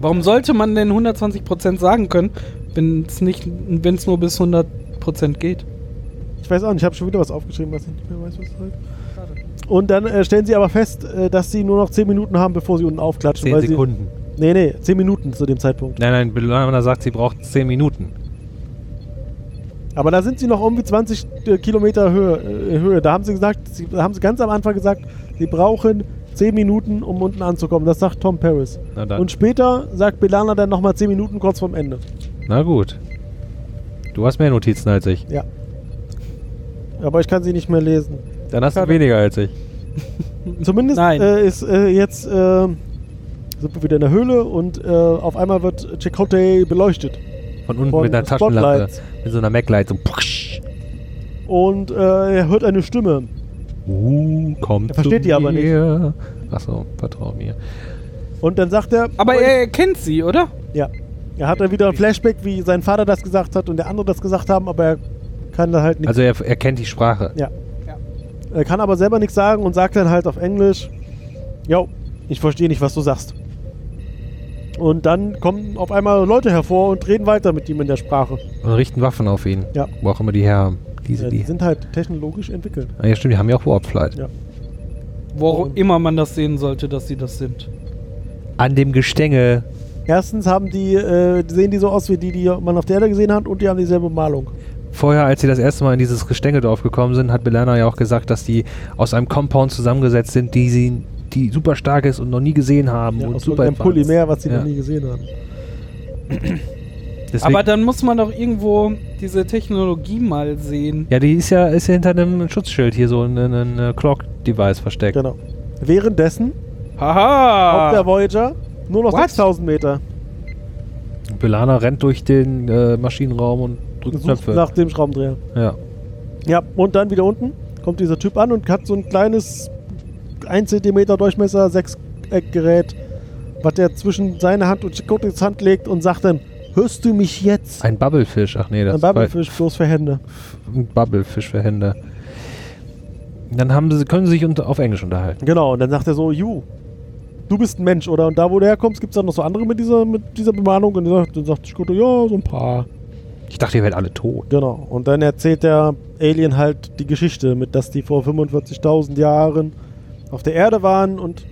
S2: Warum sollte man denn 120 Prozent sagen können, wenn es nicht, wenn es nur bis 100 Prozent geht?
S5: Ich weiß auch nicht, ich habe schon wieder was aufgeschrieben, was ich nicht mehr weiß, was es heißt. Und dann äh, stellen sie aber fest, äh, dass sie nur noch 10 Minuten haben, bevor sie unten aufklatschen.
S1: 10
S5: weil
S1: Sekunden.
S5: Sie, nee, nee, 10 Minuten zu dem Zeitpunkt.
S1: Nein, nein, Belana sagt, sie braucht 10 Minuten.
S5: Aber da sind sie noch irgendwie 20 äh, Kilometer Höhe, äh, Höhe. Da haben sie gesagt, sie, da haben sie ganz am Anfang gesagt, sie brauchen 10 Minuten, um unten anzukommen. Das sagt Tom Paris.
S1: Na, dann.
S5: Und später sagt Belana dann nochmal 10 Minuten kurz vorm Ende.
S1: Na gut. Du hast mehr Notizen als ich.
S5: Aber ich kann sie nicht mehr lesen.
S1: Dann hast du weniger als ich.
S5: Zumindest
S2: Nein.
S5: äh, ist äh, jetzt äh, sind wir wieder in der Höhle und äh, auf einmal wird Chakotay beleuchtet.
S1: Von unten
S5: Von
S1: mit einer Taschenlampe.
S5: Spotlights.
S1: Mit so einer Mac-Light. So. puksch.
S5: und äh, er hört eine Stimme.
S1: Uh, kommt
S5: Er versteht
S1: zu
S5: die aber nicht.
S1: mir. Achso, vertrau mir.
S5: Und dann sagt er,
S2: Aber er kennt sie, oder?
S5: ja, er hat dann wieder ein Flashback, wie sein Vater das gesagt hat und der andere das gesagt haben, aber er kann da halt nicht.
S1: Also er, er kennt die Sprache.
S5: ja.
S2: Ja.
S5: Er kann aber selber nichts sagen und sagt dann halt auf Englisch, Jo, ich verstehe nicht, was du sagst. Und dann kommen auf einmal Leute hervor und reden weiter mit ihm in der Sprache.
S1: Und richten Waffen auf ihn.
S5: Ja.
S1: Wo auch immer die herhaben. Diese,
S5: Ja, die
S1: die.
S5: sind halt technologisch entwickelt.
S1: Ah, ja, stimmt, die haben ja auch Warp Flight.
S2: Wo auch immer man das sehen sollte, dass sie das sind.
S6: An dem Gestänge.
S5: Erstens haben die, äh, sehen die so aus wie die, die man auf der Erde gesehen hat und die haben dieselbe Malung.
S1: Mhm. Vorher, als sie das erste Mal in dieses Gestängedorf gekommen sind, hat Belana ja auch gesagt, dass die aus einem Compound zusammengesetzt sind, die sie die super stark ist und noch nie gesehen haben
S5: Ja,
S1: und
S5: aus
S1: super
S5: irgendeinem Polymer, was sie
S1: Ja.
S5: noch nie gesehen haben.
S1: Deswegen,
S2: Aber dann muss man doch irgendwo diese Technologie mal sehen.
S1: ja, die ist ja, ist ja hinter einem Schutzschild hier so ein, ein, ein Clock-Device versteckt.
S5: Genau. Währenddessen auf der
S2: Haha!
S5: Voyager nur noch
S2: Ah. What?
S5: 6000 Meter
S1: Belana rennt durch den äh, Maschinenraum und drückt
S5: Genau. sucht
S1: Knöpfe.
S5: nach dem Schraubendreher.
S1: Ja.
S5: Ja, und dann wieder unten kommt dieser Typ an und hat so ein kleines 1 cm Durchmesser Sechseckgerät, was er zwischen seine Hand und Chakotys Hand legt und sagt dann, hörst du mich jetzt?
S1: Ein Bubblefish, ach nee, das
S5: Ein
S1: ist bei-
S5: Bubblefish bloß für Hände.
S1: ein Bubblefish für Hände. Dann haben sie, können sie sich unter, auf Englisch unterhalten.
S5: Genau, und dann sagt er so, you, du bist ein Mensch, oder? Und da, wo du herkommst, gibt es dann noch so andere mit dieser, mit dieser Bemalung. Und dann sagt, dann sagt Chakote, ja, so ein paar.
S1: Ich dachte, ihr wärt alle tot.
S5: Genau. Und dann erzählt der Alien halt die Geschichte, mit dass die vor 45.000 Jahren auf der Erde waren und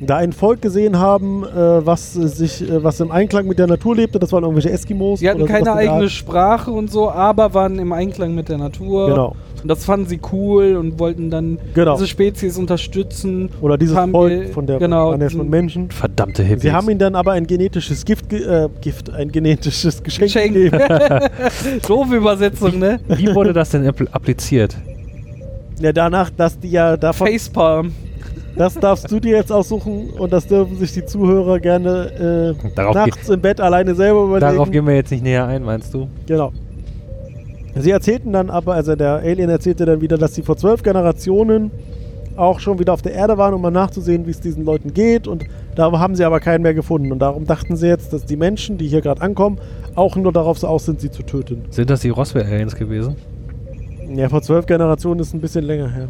S5: da ein Volk gesehen haben, äh, was äh, sich, äh, was im Einklang mit der Natur lebte. Das waren irgendwelche Eskimos.
S2: Sie hatten
S5: oder sowas
S2: keine
S5: in der Art.
S2: eigene Sprache und so, aber waren im Einklang mit der Natur.
S5: Genau.
S2: Und das fanden sie cool und wollten dann
S5: Genau.
S2: diese Spezies unterstützen.
S5: Oder dieses
S2: Haben
S5: Volk
S2: wir-
S5: von der
S2: genau,
S5: waren ja schon
S2: diesen-
S5: Menschen.
S1: Verdammte Hippies.
S5: Sie haben ihnen dann aber ein genetisches Gift, ge äh, Gift, ein genetisches Geschenk
S2: Geschenk.
S5: gegeben.
S2: Doofe Übersetzung, ne?
S1: Wie wurde das denn appl- appliziert?
S5: Ja, danach, dass die ja davon
S2: Facepalm.
S5: Das darfst du dir jetzt aussuchen und das dürfen sich die Zuhörer gerne äh,
S1: Darauf
S5: nachts im Bett alleine selber überlegen.
S1: Darauf gehen wir jetzt nicht näher ein, meinst du?
S5: genau. Sie erzählten dann aber, also der Alien erzählte dann wieder, dass sie vor zwölf Generationen auch schon wieder auf der Erde waren, um mal nachzusehen, wie es diesen Leuten geht. Und da haben sie aber keinen mehr gefunden. Und darum dachten sie jetzt, dass die Menschen, die hier gerade ankommen, auch nur darauf so aus sind, sie zu töten.
S1: Sind das die Roswell-Aliens gewesen?
S5: Ja, vor zwölf Generationen ist ein bisschen länger her.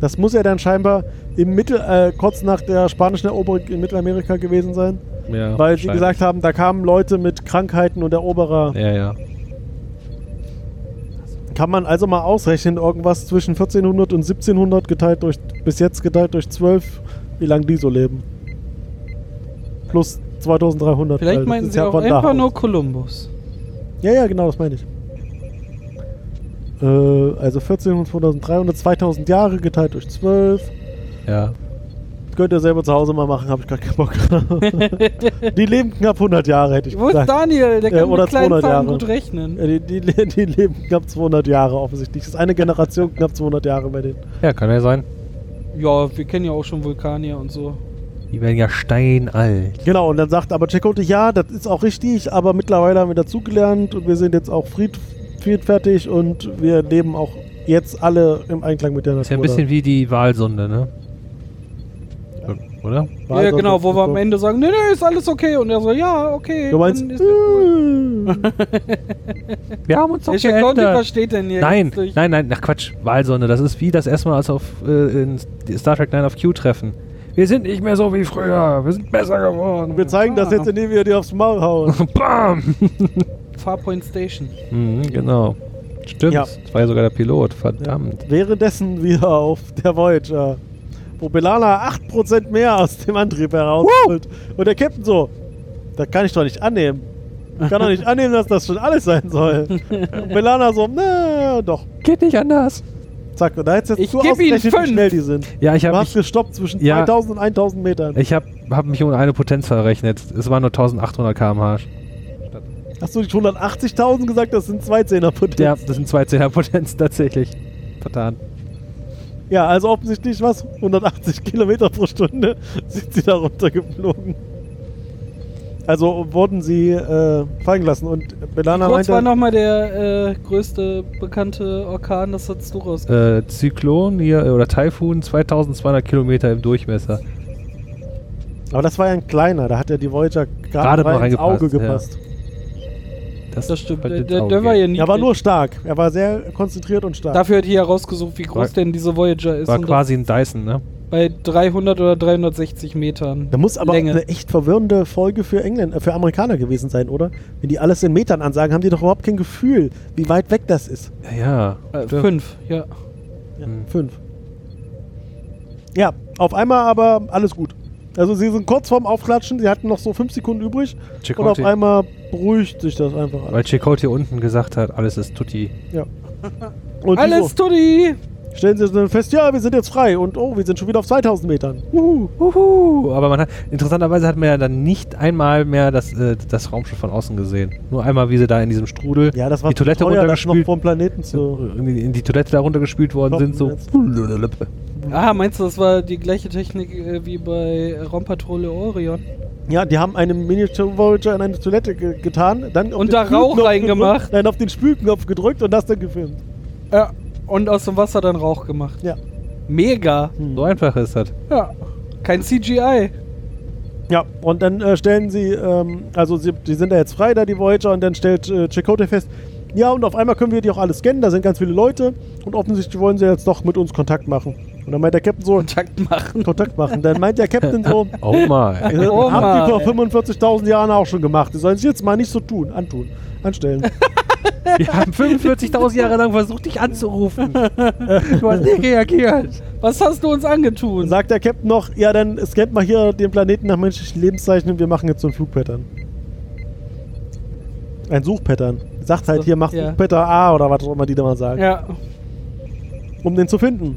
S5: Das muss ja dann scheinbar im Mittel, äh, kurz nach der spanischen Eroberung in Mittelamerika gewesen sein.
S1: Ja,
S5: Weil sie
S1: wahrscheinlich.
S5: gesagt haben, da kamen Leute mit Krankheiten und Eroberer.
S1: Ja, ja.
S5: Kann man also mal ausrechnen, irgendwas zwischen 1400 und 1700 geteilt durch, bis jetzt geteilt durch 12, wie lange die so leben. Plus 2300. weil
S2: Vielleicht
S5: Also, das
S2: meinten
S5: ist
S2: sie
S5: ja
S2: auch
S5: von da
S2: einfach
S5: aus.
S2: nur Kolumbus.
S5: Ja, ja, genau, das meine ich. Äh, also 1400, 2300, 2000 Jahre geteilt durch 12.
S1: Ja.
S5: Könnt ihr selber zu Hause mal machen, habe ich gerade keinen Bock. die leben knapp 100 Jahre, hätte ich
S2: Wo ist
S5: gesagt.
S2: Daniel? Der
S5: Ja,
S2: kann
S5: oder
S2: mit kleinen
S5: 200
S2: Zahlen
S5: Jahre. Äh,
S2: gut rechnen.
S5: Ja, die, die, le- die leben knapp 200 Jahre offensichtlich. Das ist eine Generation knapp 200 Jahre bei denen.
S1: Ja, kann ja sein.
S2: Ja, wir kennen ja auch schon Vulkanier und so.
S1: Die werden ja steinalt.
S5: Genau, und dann sagt aber Chakotay, ja, das ist auch richtig, aber mittlerweile haben wir dazugelernt und wir sind jetzt auch fried, friedfertig und wir leben auch jetzt alle im Einklang mit der Natur.
S1: Ist ja ein bisschen wie die Wahlsonde, ne? Oder?
S5: War
S2: ja,
S5: also
S2: genau, wo wir am
S5: so.
S2: Ende sagen, nee, nee, ist alles okay. Und er so, ja, okay.
S5: Du meinst, äh,
S2: dann ist
S1: Wir haben uns doch
S2: Welcher Conti
S1: geändert.
S2: versteht denn hier?
S1: Nein,
S2: jetzt nicht?
S1: nein, nein, ach Quatsch, Wahlsonde. Das ist wie das erste Mal, als wir auf äh, in Star Trek 9 auf Q treffen. Wir sind nicht mehr so wie früher. Wir sind besser geworden.
S5: wir zeigen das jetzt, indem wir dir aufs Maul hauen.
S1: Bam!
S2: Farpoint Station.
S1: Mhm, genau. Stimmt.
S5: Ja.
S1: Das war ja sogar der Pilot. Verdammt.
S5: Währenddessen wieder auf der Voyager, wo Belana 8% mehr aus dem Antrieb herausholt. Und der Captain so, das kann ich doch nicht annehmen. Ich kann doch nicht annehmen, dass das schon alles sein soll. Und Belana so, na, doch.
S1: Geht nicht anders.
S5: Zack, und da hättest
S2: Ich
S5: jetzt du
S2: geb ihnen
S5: ausgerechnet, wie
S2: fünf.
S5: schnell die sind.
S1: Ja, ich
S5: Du
S1: habe
S5: hast gestoppt zwischen
S1: Ja.
S5: 2000 und 1000 Metern.
S1: Ich habe hab mich um eine Potenz verrechnet. Es waren nur 1800 km/h.
S5: Hast du nicht 180.000 gesagt? Das sind zwei Zehner Potenz.
S1: Ja, das sind zwei Zehner Potenzen tatsächlich. Vertan.
S5: Ja, also offensichtlich was? 180 Kilometer pro Stunde sind sie da runtergeflogen. Also wurden sie äh, fallen gelassen und Belana
S2: Kurz war
S5: meinte,
S2: nochmal der äh, größte bekannte Orkan, das hast du raus.
S1: Äh, Zyklon hier äh, oder Taifun, 2200 Kilometer im Durchmesser.
S5: aber das war ja ein kleiner, da hat ja die Voyager
S1: Gerade
S5: gerade
S1: mal
S5: mal ins
S1: reingepasst,
S5: Auge
S1: ja.
S5: gepasst.
S1: Das,
S2: Das stimmt. Der,
S1: verdient
S2: der, der
S1: Auge.
S2: war ja nie.
S5: Er war nur stark. Er war sehr konzentriert und stark.
S2: Dafür hätte ich herausgesucht, wie groß
S1: War-
S2: denn diese Voyager ist.
S1: war
S2: und
S1: quasi ein Dyson, ne?
S2: das bei 300 oder 360 Metern.
S5: Da muss aber
S2: Länge.
S5: eine echt verwirrende Folge für Engländer, äh, für Amerikaner gewesen sein, oder? Wenn die alles in Metern ansagen, haben die doch überhaupt kein Gefühl, wie weit weg das ist.
S1: Ja.
S2: Äh,
S1: stimmt.
S2: fünf, ja.
S5: Ja,
S1: Hm.
S5: Fünf. Ja, auf einmal aber alles gut. Also sie sind kurz vorm Aufklatschen, sie hatten noch so fünf Sekunden übrig und auf
S1: Chakotay-
S5: einmal beruhigt sich das einfach alles.
S1: Weil Chicote unten gesagt hat, alles ist tutti.
S5: Und die
S2: Alles Tutti!
S5: so, stellen sie dann fest, ja, wir sind jetzt frei und oh, wir sind schon wieder auf 2000 Metern.
S1: Uhu, uhu. Aber man hat, interessanterweise hat man ja dann nicht einmal mehr das, äh, das Raumschiff von außen gesehen. Nur einmal, wie sie da in diesem Strudel
S5: Ja, das war
S1: die Toilette
S5: zu teuer, das noch
S1: runtergespült
S5: vom Planeten zu...
S1: in die, in die Toilette da runtergespült worden
S5: Komm,
S1: sind, so.
S5: jetzt.
S2: Ah, meinst du, das war die gleiche Technik äh, wie bei Raumpatrouille Orion?
S5: Ja, die haben einen Miniature Voyager in eine Toilette ge getan, dann auf
S2: Und
S5: den
S2: da Rauch
S5: Spülknopf
S2: reingemacht.
S5: gedrückt, Nein, auf den Spülknopf gedrückt und das dann gefilmt.
S2: Ja. Und aus dem Wasser dann Rauch gemacht.
S5: Ja.
S2: Mega.
S5: Hm.
S1: So einfach ist das.
S2: Ja. Kein CGI.
S5: Ja, und dann äh, stellen sie, ähm, also sie, die sind da jetzt frei, da die Voyager, und dann stellt äh, Chakotay fest, ja, und auf einmal können wir die auch alle scannen, da sind ganz viele Leute und offensichtlich wollen sie jetzt doch mit uns Kontakt machen. Und dann meint der Captain so,
S2: Kontakt machen.
S5: Kontakt machen. Dann meint der Captain so,
S1: Oh my.
S5: das
S2: Oh
S5: haben die vor
S2: Mann.
S5: 45.000 Jahren auch schon gemacht. Die sollen sich jetzt mal nicht so tun, antun, anstellen.
S1: Wir haben 45.000 Jahre lang versucht, dich anzurufen. Du hast nicht reagiert.
S2: Was hast du uns
S5: Und
S2: angetun?
S5: sagt der Captain noch, ja, dann scannt mal hier den Planeten nach menschlichen Lebenszeichen und wir machen jetzt so ein Flugpattern. Ein Suchpattern. Sagt halt
S2: So,
S5: hier, macht
S2: ja.
S5: Flugpattern A oder was auch immer die da mal sagen,
S2: Ja.
S5: um den zu finden.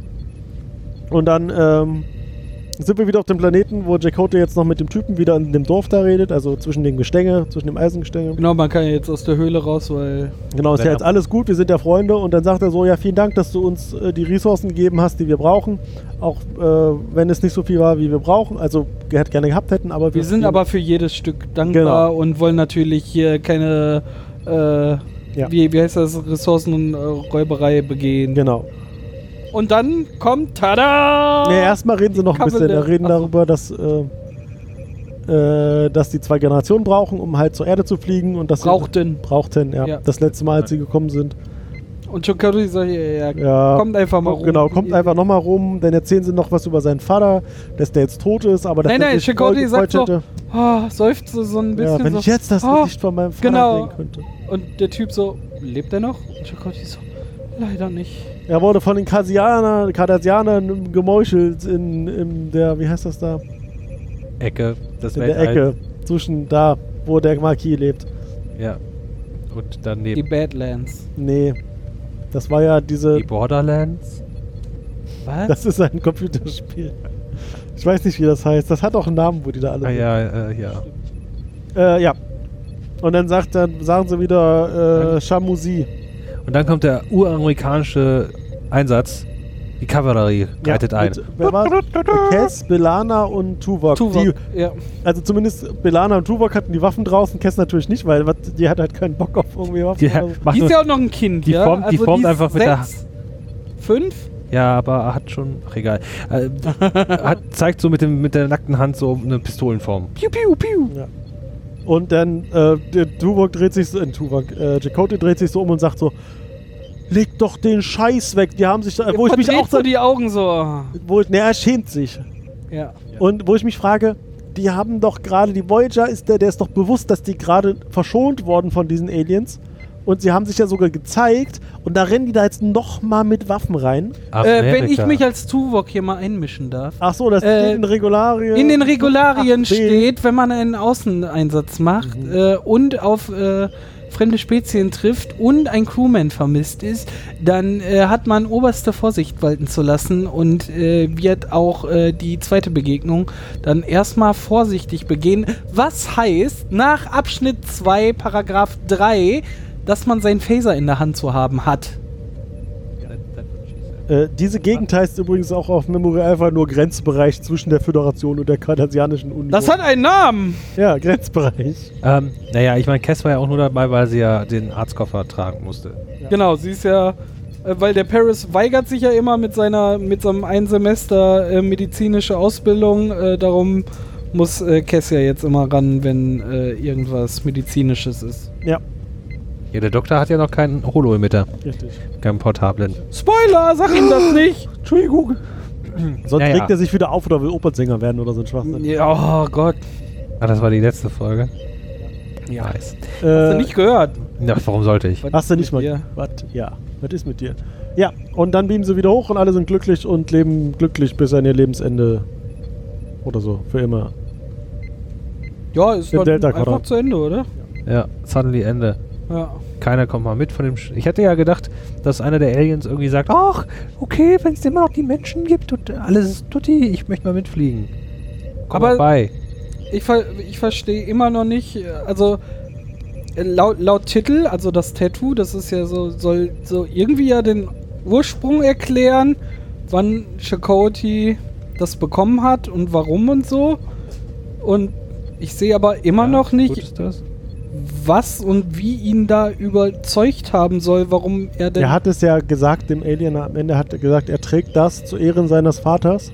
S5: Und dann ähm, sind wir wieder auf dem Planeten, wo Jacote jetzt noch mit dem Typen wieder in dem Dorf da redet, also zwischen dem Gestänge, zwischen dem Eisengestänge.
S2: Genau, man kann ja jetzt aus der Höhle raus, weil.
S5: Genau, ist ja jetzt alles gut, wir sind ja Freunde. Und dann sagt er so, ja, vielen Dank, dass du uns äh, die Ressourcen gegeben hast, die wir brauchen. Auch äh, wenn es nicht so viel war, wie wir brauchen. Also, er hätte gerne gehabt hätten, aber
S2: Wir sind aber für jedes Stück dankbar
S5: Genau.
S2: und wollen natürlich hier keine, äh,
S5: Ja.
S2: wie, wie heißt das, Ressourcenräuberei begehen.
S5: Genau.
S2: Und dann kommt, tada!
S5: Ja, erstmal reden sie noch ein
S2: Kabel
S5: bisschen.
S2: der-
S5: Reden
S2: Ach so.
S5: darüber, dass, äh, äh, dass die zwei Generationen brauchen, um halt zur Erde zu fliegen. Und dass sie-
S2: Brauchten.
S5: Brauchten, ja.
S2: Ja.
S5: Das letzte Mal, als sie gekommen sind.
S2: Und Chakotay sagt, ja, ja,
S5: Ja.
S2: kommt einfach mal rum.
S5: Genau, kommt einfach nochmal rum, denn erzählen sie noch was über seinen Vater, dass der jetzt tot ist, aber dass
S2: Nein,
S5: er
S2: nein,
S5: sich voll
S2: Chakotay sagt
S5: gefreut
S2: so,
S5: hätte.
S2: oh, seufzt so, so ein bisschen
S5: ja, wenn
S2: so,
S5: ich jetzt das
S2: ah,
S5: Gesicht von meinem Vater
S2: genau.
S5: sehen könnte.
S2: Und der Typ so, lebt er noch? Und Chakotay so, leider nicht.
S5: Er wurde von den Kardassianern, Kardassianern gemeuchelt in, in der, wie heißt das da?
S1: Ecke. Das
S5: In der Ecke. Zwischen da, wo der Marquis lebt.
S1: Ja. Und
S2: Die
S1: daneben
S2: Badlands.
S5: Nee. Das war ja diese.
S1: die Borderlands.
S2: Was?
S5: Das ist ein Computerspiel. Ich weiß nicht, wie das heißt. Das hat auch einen Namen, wo die da alle
S1: Ah ja, äh, ja.
S5: sind. Äh, ja. Und dann sagt dann sagen sie wieder äh, Shamusi.
S1: Und dann kommt der uramerikanische Einsatz. Die Kavallerie reitet
S5: ja,
S1: ein.
S5: mit- Wer war Kess, Belana und Tuvok.
S2: Tuvok,
S5: Die,
S2: ja.
S5: also zumindest Belana und Tuvok hatten die Waffen draußen, Kess natürlich nicht, weil was, die hat halt keinen Bock auf irgendwie Waffen.
S1: Die,
S5: oder so.
S1: macht
S2: Die ist
S1: nur,
S2: ja auch noch ein Kind,
S1: die
S2: ja?
S1: formt- die formt
S2: ist
S1: einfach mit der-
S2: sechs, Fünf?
S1: ja, aber hat schon. Ach, egal. Äh, hat, zeigt so mit, dem, mit der nackten Hand so eine Pistolenform.
S2: Piu, piu, piu.
S5: Und dann äh, der Tuvok dreht sich so, äh, Tuvok, äh, Chakotay dreht sich so um und sagt so, leg doch den Scheiß weg. Die haben sich, da- wo ich mich
S2: Verdreht
S5: auch,
S2: so die Augen so.
S5: wo, ich- ne, er schämt sich.
S2: Ja.
S5: Und wo ich mich frage, die haben doch gerade, die Voyager ist der, der ist doch bewusst, dass die gerade verschont worden von diesen Aliens. Und sie haben sich ja sogar gezeigt. Und da rennen die da jetzt nochmal mit Waffen rein.
S2: Äh, wenn ich
S1: Amerika.
S2: mich als Tuvok hier mal einmischen darf.
S5: Ach so, das
S2: Äh,
S5: steht in Regularien.
S2: In den Regularien
S5: 8b.
S2: steht, wenn man einen Außeneinsatz macht äh, und auf äh, fremde Spezien trifft und ein Crewman vermisst ist, dann äh, hat man oberste Vorsicht walten zu lassen und äh, wird auch äh, die zweite Begegnung dann erstmal vorsichtig begehen. Was heißt nach Abschnitt 2, Paragraph 3, dass man seinen Phaser in der Hand zu haben hat?
S5: Äh, diese Gegend heißt übrigens auch auf Memory Alpha nur Grenzbereich zwischen der Föderation und der Kardassianischen Union.
S2: Das hat einen Namen!
S5: ja, Grenzbereich.
S1: Ähm, naja, ich meine, Cass war ja auch nur dabei, weil sie ja den Arztkoffer tragen musste.
S2: Genau, sie ist ja, äh, weil der Paris weigert sich ja immer mit seiner, mit seinem ein Semester äh, medizinische Ausbildung, äh, darum muss äh, Cass ja jetzt immer ran, wenn äh, irgendwas medizinisches ist.
S5: Ja.
S1: Ja, der Doktor hat ja noch keinen Holo-Emitter,
S5: Richtig.
S1: keinen portablen.
S2: Spoiler, sag ihm das nicht.
S5: Entschuldigung. Sonst
S1: Ja, ja.
S5: regt er sich wieder auf oder will Opernsänger werden oder so ein Schwachsinn.
S2: Ja, oh Gott.
S1: Ah, das war die letzte Folge.
S2: Ja. Hast
S1: Nice.
S2: du
S5: Äh,
S2: nicht gehört?
S1: Na, warum sollte ich?
S5: Hast du nicht mal.
S2: Mit dir?
S5: Was? Ja. Was ist mit dir? Ja, und dann beamen sie wieder hoch und alle sind glücklich und leben glücklich bis an ihr Lebensende. Oder so, für immer.
S2: Ja, ist
S5: Im
S2: doch
S5: Delta-Quadrant.
S2: einfach zu Ende, oder?
S1: Ja, suddenly Ende.
S2: Ja.
S1: Keiner kommt mal mit von dem. Sch ich hätte ja gedacht, dass einer der Aliens irgendwie sagt: Ach, okay, wenn es immer noch die Menschen gibt und alles ist tutti, ich möchte mal mitfliegen. Komm
S2: Aber-
S1: mal bei.
S2: Ich, ver ich verstehe immer noch nicht, äh, also äh, laut, laut Titel, also das Tattoo, das ist ja so, soll so irgendwie ja den Ursprung erklären, wann Chakoti das bekommen hat und warum und so. Und ich sehe aber immer
S1: Ja,
S2: noch
S1: Gut
S2: nicht,
S1: ist das?
S2: was und wie ihn da überzeugt haben soll, warum er denn.
S5: Er hat es ja gesagt, dem Alien am Ende hat er gesagt, er trägt das zu Ehren seines Vaters,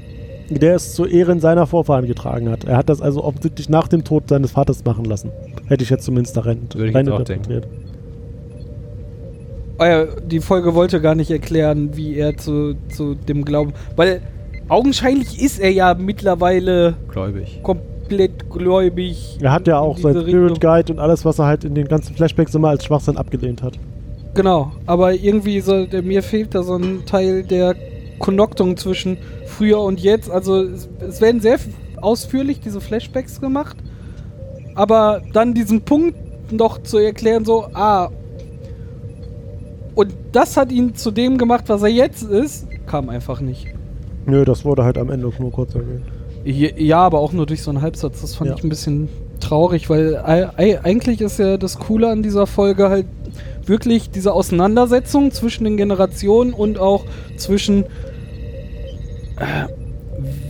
S5: der es zu Ehren seiner Vorfahren getragen hat. Er hat das also offensichtlich nach dem Tod seines Vaters machen lassen. Hätte ich jetzt zumindest da rein,
S1: Würde ich jetzt auch
S5: reininterpretiert.
S2: Ah ja, die Folge wollte gar nicht erklären, wie er zu, zu dem Glauben. Weil augenscheinlich ist er ja mittlerweile
S1: Gläubig.
S2: komplett gläubig.
S5: Er hat ja
S2: in
S5: auch
S2: diese
S5: sein Spirit
S2: Richtung.
S5: Guide und alles, was er halt in den ganzen Flashbacks immer als Schwachsinn abgelehnt hat.
S2: Genau, aber irgendwie so, der, mir fehlt da so ein Teil der Konnektung zwischen früher und jetzt. Also es, es werden sehr f- ausführlich diese Flashbacks gemacht, aber dann diesen Punkt noch zu erklären, so, ah, und das hat ihn zu dem gemacht, was er jetzt ist, kam einfach nicht.
S5: Nö, das wurde halt am Ende nur kurz erwähnt.
S2: Je- Ja, aber auch nur durch so einen Halbsatz. Das fand
S5: Ja.
S2: ich ein bisschen traurig, weil ei- ei- eigentlich ist ja das Coole an dieser Folge halt wirklich diese Auseinandersetzung zwischen den Generationen und auch zwischen äh,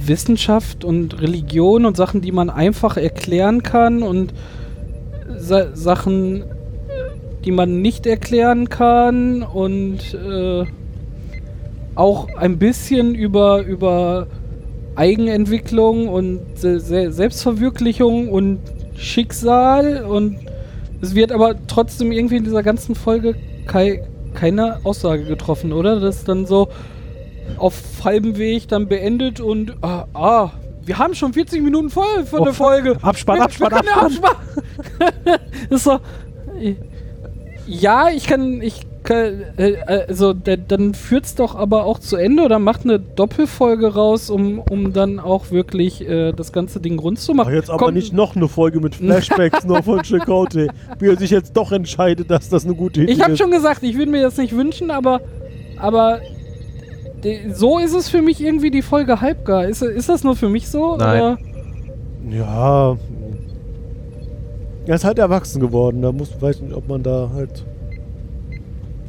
S2: Wissenschaft und Religion und Sachen, die man einfach erklären kann und Sa Sachen, die man nicht erklären kann und äh, auch ein bisschen über, über Eigenentwicklung und Se Se Selbstverwirklichung und Schicksal und es wird aber trotzdem irgendwie in dieser ganzen Folge kei keine Aussage getroffen, oder? Das ist dann so auf halbem Weg dann beendet und ah, ah wir haben schon 40 Minuten voll von der Folge.
S1: Abspann,
S2: wir,
S1: Abspann,
S2: wir können ja Abspann. das ist so ja, ich kann ich kann, äh, äh, also da, dann führt's doch aber auch zu Ende oder macht eine Doppelfolge raus, um, um dann auch wirklich äh, das ganze Ding rund zu machen.
S5: Ach, Ah, jetzt aber
S2: Kommt-
S5: nicht noch eine Folge mit Flashbacks noch von Chicote, wie er sich jetzt doch entscheidet, dass das eine gute Idee
S2: Ich habe
S5: ist.
S2: schon gesagt, ich würde mir das nicht wünschen, aber, aber de- so ist es für mich irgendwie die Folge halbgar. Ist, ist das nur für mich so?
S1: Nein.
S2: Oder?
S5: Ja. Er ist halt erwachsen geworden. Da muss, weiß nicht, ob man da halt.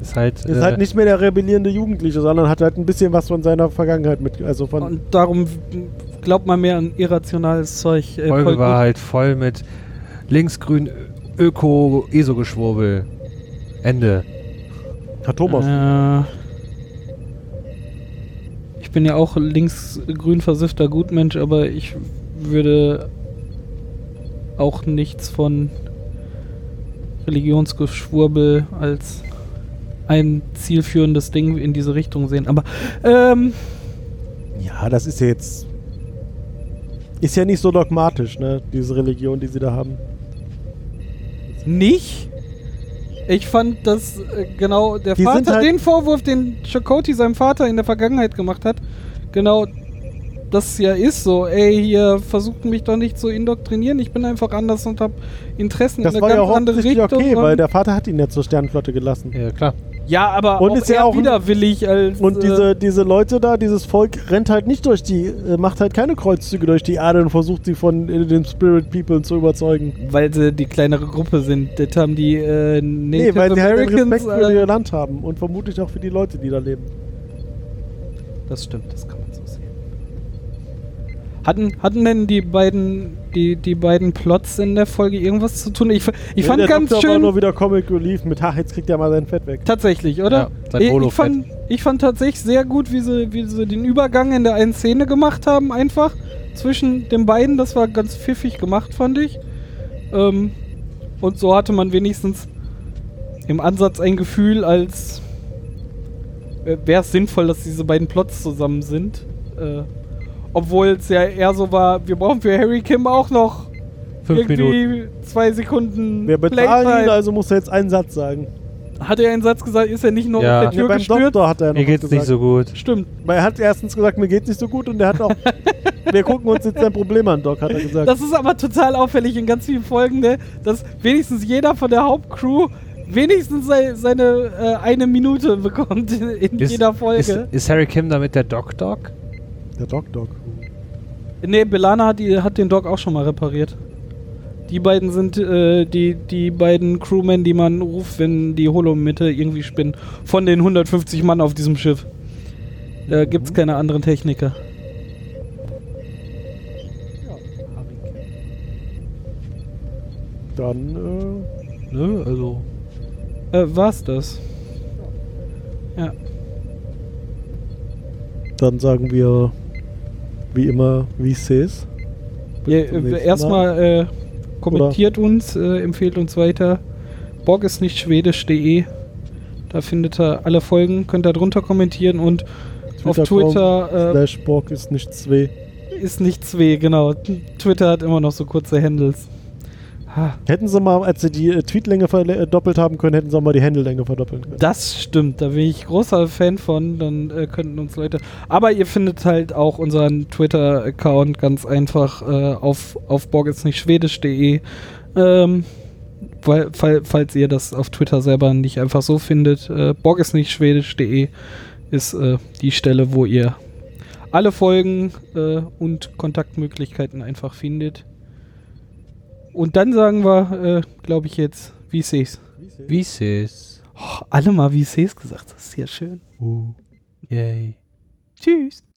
S1: Ist halt.
S5: Er ist
S1: äh,
S5: halt nicht mehr der rebellierende Jugendliche, sondern hat halt ein bisschen was von seiner Vergangenheit mit. Also von.
S2: Und darum glaubt man mehr an irrationales Zeug. äh,
S1: Die Folge
S2: voll
S1: war
S2: gut.
S1: halt voll mit linksgrün Öko-ESO-Geschwurbel. Ende.
S5: hat Thomas.
S2: Äh, ich bin ja auch linksgrün versiffter Gutmensch, aber ich würde auch nichts von Religionsgeschwurbel als ein zielführendes Ding in diese Richtung sehen. Aber ähm,
S5: Ja, das ist ja jetzt. Ist ja nicht so dogmatisch, ne? Diese Religion, die sie da haben.
S2: nicht. Ich fand, dass äh, genau der
S5: Die sind
S2: Vater
S5: halt-
S2: den Vorwurf, den Chakoti seinem Vater in der Vergangenheit gemacht hat, genau das ja ist so. Ey, hier versucht mich doch nicht zu indoktrinieren. Ich bin einfach anders und habe Interessen
S5: Das
S2: in
S5: war
S2: eine
S5: ja
S2: ganz
S5: auch
S2: andere
S5: offensichtlich
S2: Richtung.
S5: okay,
S2: und-
S5: weil der Vater hat ihn ja zur Sternenflotte gelassen.
S1: Ja, klar.
S2: ja, aber
S5: Und
S2: auch
S5: ist ja
S2: eher
S5: auch ein-
S2: widerwillig als
S5: Und
S2: äh,
S5: diese, diese Leute da, dieses Volk rennt halt nicht durch die, äh, macht halt keine Kreuzzüge durch die Erde und versucht sie von äh, den Spirit People zu überzeugen.
S2: weil sie die kleinere Gruppe sind. Das haben die äh,
S5: Nee,
S2: Native
S5: weil sie halt den
S2: Americans.
S5: Respekt für
S2: äh,
S5: ihr Land haben und vermutlich auch für die Leute, die da leben.
S2: Das stimmt, das kann man so sehen. Hatten, hatten denn die beiden, die, die beiden Plots in der Folge irgendwas zu tun? Ich, f- ich
S5: Nee,
S2: fand
S5: der
S2: ganz
S5: Doktor war nur
S2: schön.
S5: wieder Comic Relief mit, ach, jetzt kriegt er mal sein Fett weg.
S2: Tatsächlich,
S1: Ja,
S2: oder?
S1: sein
S2: ich, ich,
S1: Volofett.
S2: fand, ich fand tatsächlich sehr gut, wie sie, wie sie den Übergang in der einen Szene gemacht haben, einfach zwischen den beiden. Das war ganz pfiffig gemacht, fand ich. Ähm, und so hatte man wenigstens im Ansatz ein Gefühl, als wäre es sinnvoll, dass diese beiden Plots zusammen sind. Äh, obwohl es ja eher so war, wir brauchen für Harry Kim auch noch
S1: Fünf
S2: irgendwie zwei Sekunden
S5: Wir bezahlen ihn,
S2: Playtime.
S5: also muss er jetzt einen Satz sagen.
S2: Hat er einen Satz gesagt, ist er nicht nur
S1: Ja.
S2: auf der
S5: Ja,
S2: Tür
S5: beim
S2: gestürzt?
S5: Doktor hat er noch
S1: Mir
S5: was
S1: geht's
S5: gesagt.
S1: nicht so gut.
S2: Stimmt.
S5: Weil Er hat erstens gesagt, mir geht's nicht so gut und er hat auch, wir gucken uns jetzt sein Problem an, Doc, hat er gesagt.
S2: Das ist aber total auffällig in ganz vielen Folgen, ne? dass wenigstens jeder von der Hauptcrew wenigstens sei, seine äh, eine Minute bekommt in, in
S1: Ist-
S2: jeder Folge.
S1: Ist, ist Harry Kim damit der Doc Doc?
S5: der Doc, Doc.
S2: Nee, Belana hat, die, hat den Dog auch schon mal repariert. Die beiden sind äh, die, die beiden Crewmen, die man ruft, wenn die Holo-Mitte irgendwie spinnt. Von den 150 Mann auf diesem Schiff. Da
S1: Mhm.
S2: gibt's keine anderen Techniker.
S5: Dann,
S1: Nö, also.
S2: Äh, war's das?
S5: äh, dann sagen wir, wie immer, wie es ist.
S2: Ja,
S5: zum
S2: äh,
S5: nächsten
S2: erstmal äh, kommentiert uns, äh, empfehlt uns weiter. Borg ist nicht schwedisch.de. Da findet ihr alle Folgen, könnt da drunter kommentieren und auf Twitter äh,
S5: Slash Borg ist nicht zwei.
S2: ist nichts weh, genau. Twitter hat immer noch so kurze Handles. Ha,
S5: Hätten sie mal, als sie die äh, Tweetlänge verdoppelt haben können, hätten sie auch mal die Handlelänge verdoppeln können.
S2: das stimmt, da bin ich großer Fan von, dann äh, könnten uns Leute. Aber ihr findet halt auch unseren Twitter-Account ganz einfach äh, auf, auf borgistnichtschwedisch.de. Ähm, weil, fall, falls ihr das auf Twitter selber nicht einfach so findet, äh, borgistnichtschwedisch.de ist äh, die Stelle, wo ihr alle Folgen äh, und Kontaktmöglichkeiten einfach findet. Und dann sagen wir, äh, glaube ich, jetzt, wie ich seh's.
S1: Wie süß.
S2: Oh, alle mal, wie ich es gesagt, das ist ja schön.
S1: Yay.
S2: Tschüss.